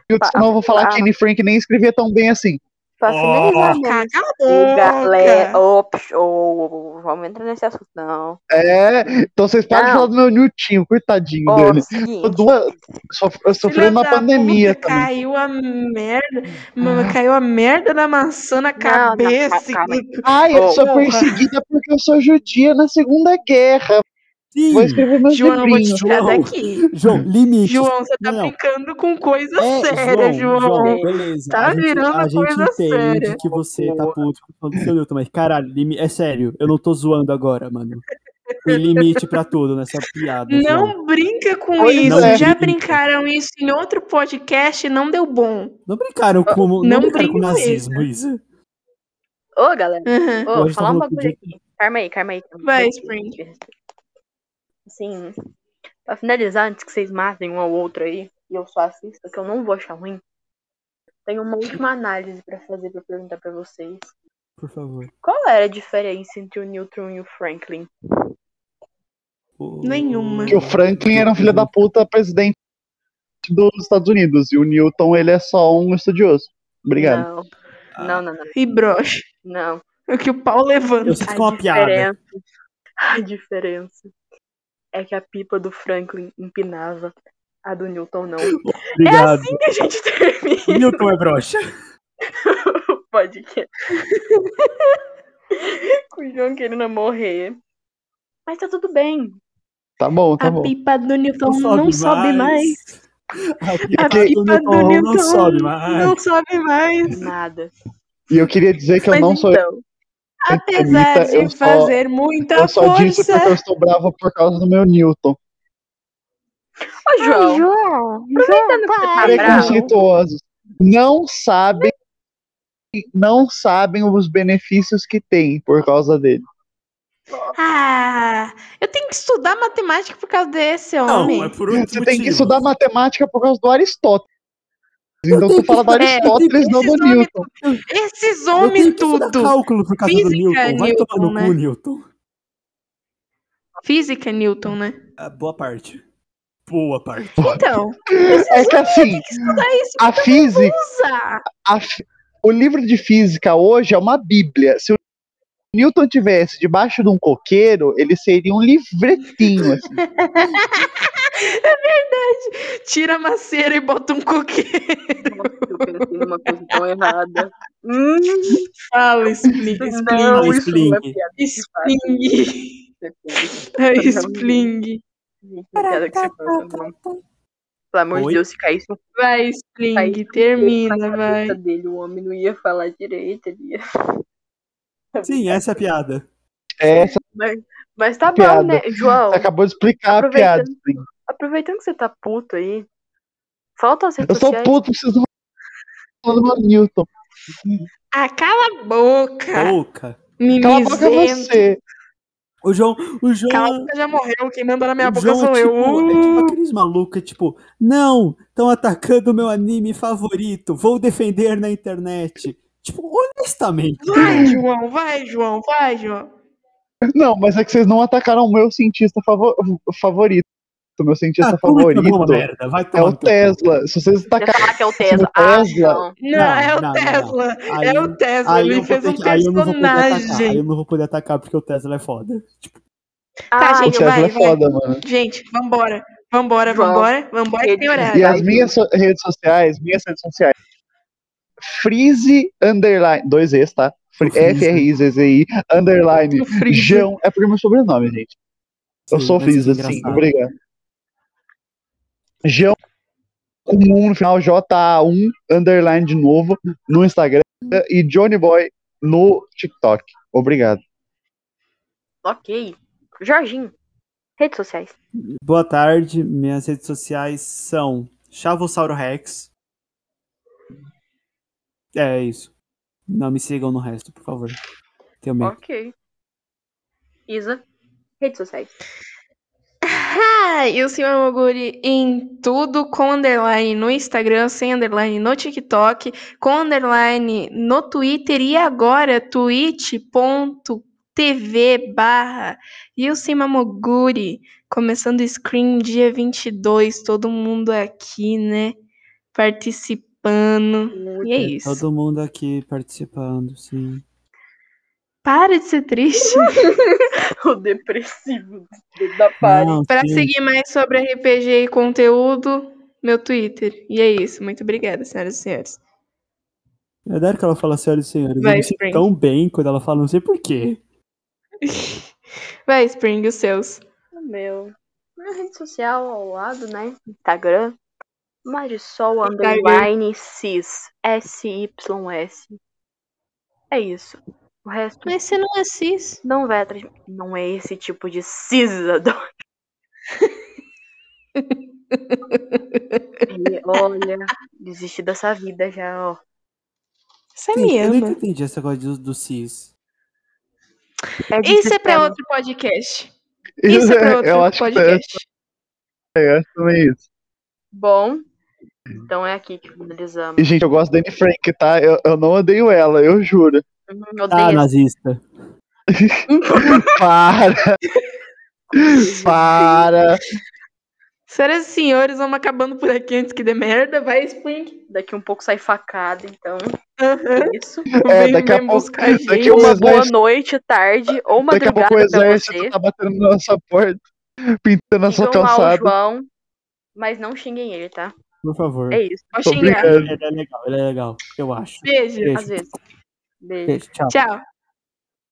Speaker 4: Newton,
Speaker 5: Tá,
Speaker 4: senão eu vou falar
Speaker 5: tá.
Speaker 4: que Anne Frank nem escrevia tão bem assim.
Speaker 5: Pra
Speaker 6: Ó.
Speaker 5: finalizar mesmo.
Speaker 7: Caga a
Speaker 5: Ô, galera,
Speaker 7: boca.
Speaker 5: ô, psh, ô, ô, vamos entrar nesse assunto, não.
Speaker 4: É, então vocês param de
Speaker 5: Não.
Speaker 4: falar do meu Newtinho, coitadinho
Speaker 5: Ó,
Speaker 4: dele. Eu,
Speaker 5: seguinte,
Speaker 4: duas, sof- eu sofri
Speaker 7: Filha
Speaker 4: na
Speaker 7: da
Speaker 4: pandemia
Speaker 7: puta,
Speaker 4: também.
Speaker 7: Caiu a merda. Mano, caiu a merda da maçã na
Speaker 5: Hum. calma,
Speaker 7: cabeça.
Speaker 5: calma.
Speaker 4: Ai, eu
Speaker 5: Ô,
Speaker 4: sou
Speaker 7: porra.
Speaker 4: perseguida porque eu sou judia na Segunda Guerra.
Speaker 6: Sim.
Speaker 4: Vou escrever meus
Speaker 7: João, eu vou te
Speaker 4: livrinhos.
Speaker 7: tirar
Speaker 6: João.
Speaker 7: daqui.
Speaker 6: João, limites.
Speaker 7: João, você
Speaker 6: Não,
Speaker 7: tá
Speaker 6: não.
Speaker 7: brincando com coisa
Speaker 6: É,
Speaker 7: séria, João.
Speaker 6: beleza.
Speaker 7: Tá
Speaker 6: a gente,
Speaker 7: virando
Speaker 6: a gente
Speaker 7: coisa
Speaker 6: entende
Speaker 7: séria.
Speaker 6: que você tá puto com o seu Newton, mas caralho, limi- é sério, eu não tô zoando agora, mano. Tem limite pra tudo nessa piada, João.
Speaker 7: Não brinca com
Speaker 4: Pois
Speaker 7: isso.
Speaker 4: é.
Speaker 7: Já
Speaker 6: Não brinca.
Speaker 7: brincaram isso em outro podcast e não deu bom.
Speaker 6: Não brincaram com, não
Speaker 7: Não
Speaker 6: brincaram com
Speaker 7: brinca com
Speaker 6: nazismo, Isa.
Speaker 5: ô, galera,
Speaker 7: Uhum.
Speaker 5: ô,
Speaker 6: Hoje tá
Speaker 5: falar
Speaker 6: falando
Speaker 5: um bagulho
Speaker 6: de-
Speaker 5: aqui. Calma aí, calma aí. calma
Speaker 7: Vai,
Speaker 5: aí.
Speaker 7: Spring.
Speaker 5: Assim, pra finalizar, antes que vocês matem um ao outro aí, e eu só assista, que eu não vou achar ruim, tenho uma última análise pra fazer, pra perguntar pra vocês.
Speaker 6: Por favor.
Speaker 5: Qual era a diferença entre o Newton e o Franklin?
Speaker 6: O-
Speaker 7: Nenhuma.
Speaker 4: Que o Franklin era um filho da puta presidente dos Estados Unidos e o Newton ele é só um estudioso. Obrigado.
Speaker 5: Não, não, não, não.
Speaker 7: E broxa.
Speaker 5: não.
Speaker 7: É o que o pau
Speaker 6: Eu
Speaker 7: levanta.
Speaker 6: sinto que é uma piada.
Speaker 5: diferença. A diferença é que a pipa do Franklin empinava, a do Newton não.
Speaker 7: É
Speaker 6: Obrigado.
Speaker 5: Assim que a gente termina
Speaker 6: Newton é broxa.
Speaker 7: Então
Speaker 5: o podcast. Com o João querendo morrer. Mas tá tudo bem.
Speaker 4: Tá bom, tá
Speaker 7: A
Speaker 4: bom.
Speaker 7: pipa do Newton não sobe mais.
Speaker 6: A
Speaker 7: A
Speaker 6: pipa do
Speaker 7: pipa do
Speaker 6: Newton não
Speaker 7: Newton
Speaker 6: sobe mais.
Speaker 7: não sobe mais.
Speaker 5: Nada.
Speaker 4: E eu queria dizer que eu
Speaker 5: Mas
Speaker 4: não sou
Speaker 5: então,
Speaker 7: Apesar
Speaker 4: eu
Speaker 7: de
Speaker 4: só-
Speaker 7: fazer muita
Speaker 4: eu só disse
Speaker 7: força.
Speaker 4: porque eu estou bravo por causa do meu Newton. Ah,
Speaker 5: ô João,
Speaker 7: João, Ah,
Speaker 5: aproveitando que você tá bravo,
Speaker 4: Preconceituosos não sabem não sabem os benefícios que tem por causa dele.
Speaker 7: Ah, eu tenho que estudar matemática por causa desse homem.
Speaker 6: Não, é por outro
Speaker 4: Você
Speaker 6: motivo.
Speaker 4: tem que estudar matemática por causa do Aristóteles. Então tu fala do
Speaker 6: É,
Speaker 4: Aristóteles, não do
Speaker 7: esses homens-
Speaker 4: Newton.
Speaker 7: Esses
Speaker 6: Eu
Speaker 7: homens
Speaker 6: tenho que estudar
Speaker 7: tudo.
Speaker 6: cálculo por causa do
Speaker 7: Física,
Speaker 6: Newton. Vai
Speaker 7: Newton,
Speaker 6: tomar no
Speaker 7: né?
Speaker 6: cu, Newton.
Speaker 7: Física, Newton, né?
Speaker 6: Ah, boa parte. Boa parte.
Speaker 7: Então,
Speaker 4: É que assim,
Speaker 7: tem que estudar isso
Speaker 4: a física.
Speaker 7: usar.
Speaker 4: a fi- o livro de física hoje é uma bíblia. Se o Newton tivesse debaixo de um coqueiro, ele seria um livretinho. assim.
Speaker 7: Tira a maceira e bota um coqueiro.
Speaker 5: Nossa, eu pensei numa coisa tão errada. Hum,
Speaker 7: Fala, Spling.
Speaker 6: Fala,
Speaker 5: não, isso
Speaker 7: Spling.
Speaker 5: não é
Speaker 6: Spling.
Speaker 5: piada.
Speaker 7: Spling. É
Speaker 5: Não.
Speaker 7: Spling.
Speaker 5: Gente, não é piada que você faz, não. Pelo amor
Speaker 6: Oi?
Speaker 5: de Deus, se caísse um
Speaker 7: Vai, Spling.
Speaker 5: Aí,
Speaker 7: Termina,
Speaker 5: na
Speaker 7: vai.
Speaker 5: cabeça dele, o homem não ia falar direito. Ele ia...
Speaker 6: Sim, essa é a piada.
Speaker 4: É, você
Speaker 5: Mas tá
Speaker 4: Piada.
Speaker 5: bom, né, João?
Speaker 4: acabou de explicar a piada.
Speaker 5: Aproveitando-
Speaker 4: assim.
Speaker 5: Aproveitando que você tá puto aí, falta as redes
Speaker 4: Eu sou
Speaker 5: sociais.
Speaker 4: puto, preciso falar do Newton.
Speaker 7: Ah, cala a boca.
Speaker 6: Pouca.
Speaker 4: Cala a boca
Speaker 7: Mimizento.
Speaker 4: você.
Speaker 6: O João, o João,
Speaker 7: Cala a boca já morreu. Quem manda na minha
Speaker 6: o
Speaker 7: boca
Speaker 6: João é
Speaker 7: sou
Speaker 6: tipo, é tipo
Speaker 7: eu.
Speaker 6: aqueles malucos, tipo, não, estão atacando o meu anime favorito, vou defender na internet. Tipo, honestamente.
Speaker 7: Vai, João. Vai, João. Vai, João.
Speaker 4: Não, mas é que vocês não atacaram o meu cientista favo- favorito. O meu cientista
Speaker 6: Ah, como é que
Speaker 4: favorito
Speaker 6: é uma merda? Vai
Speaker 4: é
Speaker 6: tomar
Speaker 4: o
Speaker 6: no teu cu.
Speaker 4: Tesla. Se vocês
Speaker 5: Quer
Speaker 4: atacaram
Speaker 5: falar que é o
Speaker 4: o
Speaker 5: Tesla? Ah,
Speaker 4: Tesla,
Speaker 5: não.
Speaker 7: Não,
Speaker 6: Não,
Speaker 7: é
Speaker 6: não,
Speaker 7: o
Speaker 6: não,
Speaker 7: Tesla.
Speaker 6: Aí,
Speaker 7: É o Tesla.
Speaker 6: aí eu
Speaker 7: Ele
Speaker 6: vou
Speaker 7: fez
Speaker 6: ter
Speaker 7: um
Speaker 6: que- aí eu não vou poder atacar. Aí
Speaker 7: personagem.
Speaker 6: eu não vou poder atacar porque o Tesla é foda.
Speaker 7: Tá,
Speaker 5: Ah,
Speaker 4: o
Speaker 7: gente,
Speaker 4: Tesla
Speaker 7: vai,
Speaker 4: é foda, mano.
Speaker 7: Gente, vambora. Vambora,
Speaker 5: João,
Speaker 7: vambora. Vambora que tem
Speaker 5: ele-
Speaker 7: horário.
Speaker 4: E
Speaker 5: Vai,
Speaker 4: as minhas so- redes sociais, minhas redes sociais. Freeze underline. Dois E's, tá? Fri-
Speaker 6: O Freeze.
Speaker 4: F-R-I-Z-Z-I underline.
Speaker 7: O Freeze.
Speaker 4: Jão. É porque é meu sobrenome, gente. Eu
Speaker 6: Sim,
Speaker 4: sou
Speaker 6: mas
Speaker 4: Freeze,
Speaker 6: que
Speaker 4: assim.
Speaker 6: engraçado.
Speaker 4: Obrigado. Jão com um no final, J-A-1 underline de novo no Instagram e Johnny Boy no TikTok. Obrigado.
Speaker 5: Ok. Jorginho, redes sociais.
Speaker 6: Boa tarde, minhas redes sociais são Chavossauro Rex. É isso. Não me sigam no resto, por favor. Tenho medo.
Speaker 5: Ok. Isa, redes sociais.
Speaker 7: Ah, e o senhor Moguri em tudo com underline no Instagram, sem underline no TikTok, com underline no Twitter e agora twitch.tv barra Ilcima Moguri, começando o Scream dia 22, todo mundo aqui, né, participando, e é isso.
Speaker 6: Todo mundo aqui participando, sim.
Speaker 7: Para de ser triste.
Speaker 5: O depressivo da parte.
Speaker 6: Não,
Speaker 7: Para
Speaker 6: sim.
Speaker 7: seguir mais sobre RPG e conteúdo, meu Twitter. E é isso. Muito obrigada, senhoras e senhores.
Speaker 6: Eu adoro que ela fala senhoras e senhores.
Speaker 7: Vai,
Speaker 6: eu me sinto
Speaker 7: Spring.
Speaker 6: tão bem quando ela fala, não sei porquê.
Speaker 7: Vai, Spring, os seus.
Speaker 5: O meu. Minha rede social ao lado, né? Instagram. Marisol underline cis. S-Y-S. É isso. O resto
Speaker 7: Mas você não assiste.
Speaker 5: não vai atrás. de mim. Não é esse tipo de cisadão. E olha, desisti dessa vida já, ó.
Speaker 7: Você
Speaker 6: Gente,
Speaker 7: me
Speaker 6: eu nunca
Speaker 7: ama.
Speaker 6: entendi essa coisa do, do cis.
Speaker 5: É
Speaker 7: Isso é pra
Speaker 5: desespero.
Speaker 7: outro podcast. Isso é pra outro
Speaker 4: eu acho que é,
Speaker 7: podcast.
Speaker 4: eu acho também isso.
Speaker 5: Bom, então é aqui que finalizamos.
Speaker 4: E, gente, eu gosto da Anne Frank, tá? Eu, eu não odeio ela, eu juro.
Speaker 5: Hum,
Speaker 6: Ah,
Speaker 5: eu odeio
Speaker 6: nazista.
Speaker 4: Para,
Speaker 5: esse-
Speaker 4: para.
Speaker 7: Senhoras e senhores, vamos acabando por aqui antes que dê merda. Vai, Spring.
Speaker 5: Daqui um pouco sai facada, então.
Speaker 7: Aham.
Speaker 5: É isso.
Speaker 4: É,
Speaker 7: Vem,
Speaker 4: daqui a
Speaker 7: vem
Speaker 4: pouco-
Speaker 7: buscar a
Speaker 4: daqui
Speaker 7: gente.
Speaker 4: a
Speaker 5: Uma
Speaker 4: Mas vai-
Speaker 5: boa noite, tarde ou
Speaker 4: Daqui a
Speaker 5: madrugada
Speaker 4: pouco o
Speaker 5: pra
Speaker 4: exército
Speaker 5: você.
Speaker 4: tá batendo na nossa porta, pintando a sua
Speaker 5: Sigam lá o
Speaker 4: calçada.
Speaker 5: João, mas não xinguem ele, tá?
Speaker 6: Por favor.
Speaker 5: É isso,
Speaker 7: Vou
Speaker 4: Tô
Speaker 7: xingar.
Speaker 4: brincando.
Speaker 6: Ele é legal, ele é legal, eu acho.
Speaker 7: Beijo.
Speaker 6: Beijo.
Speaker 5: às vezes. Beijo.
Speaker 6: Beijo, tchau.
Speaker 7: Tchau.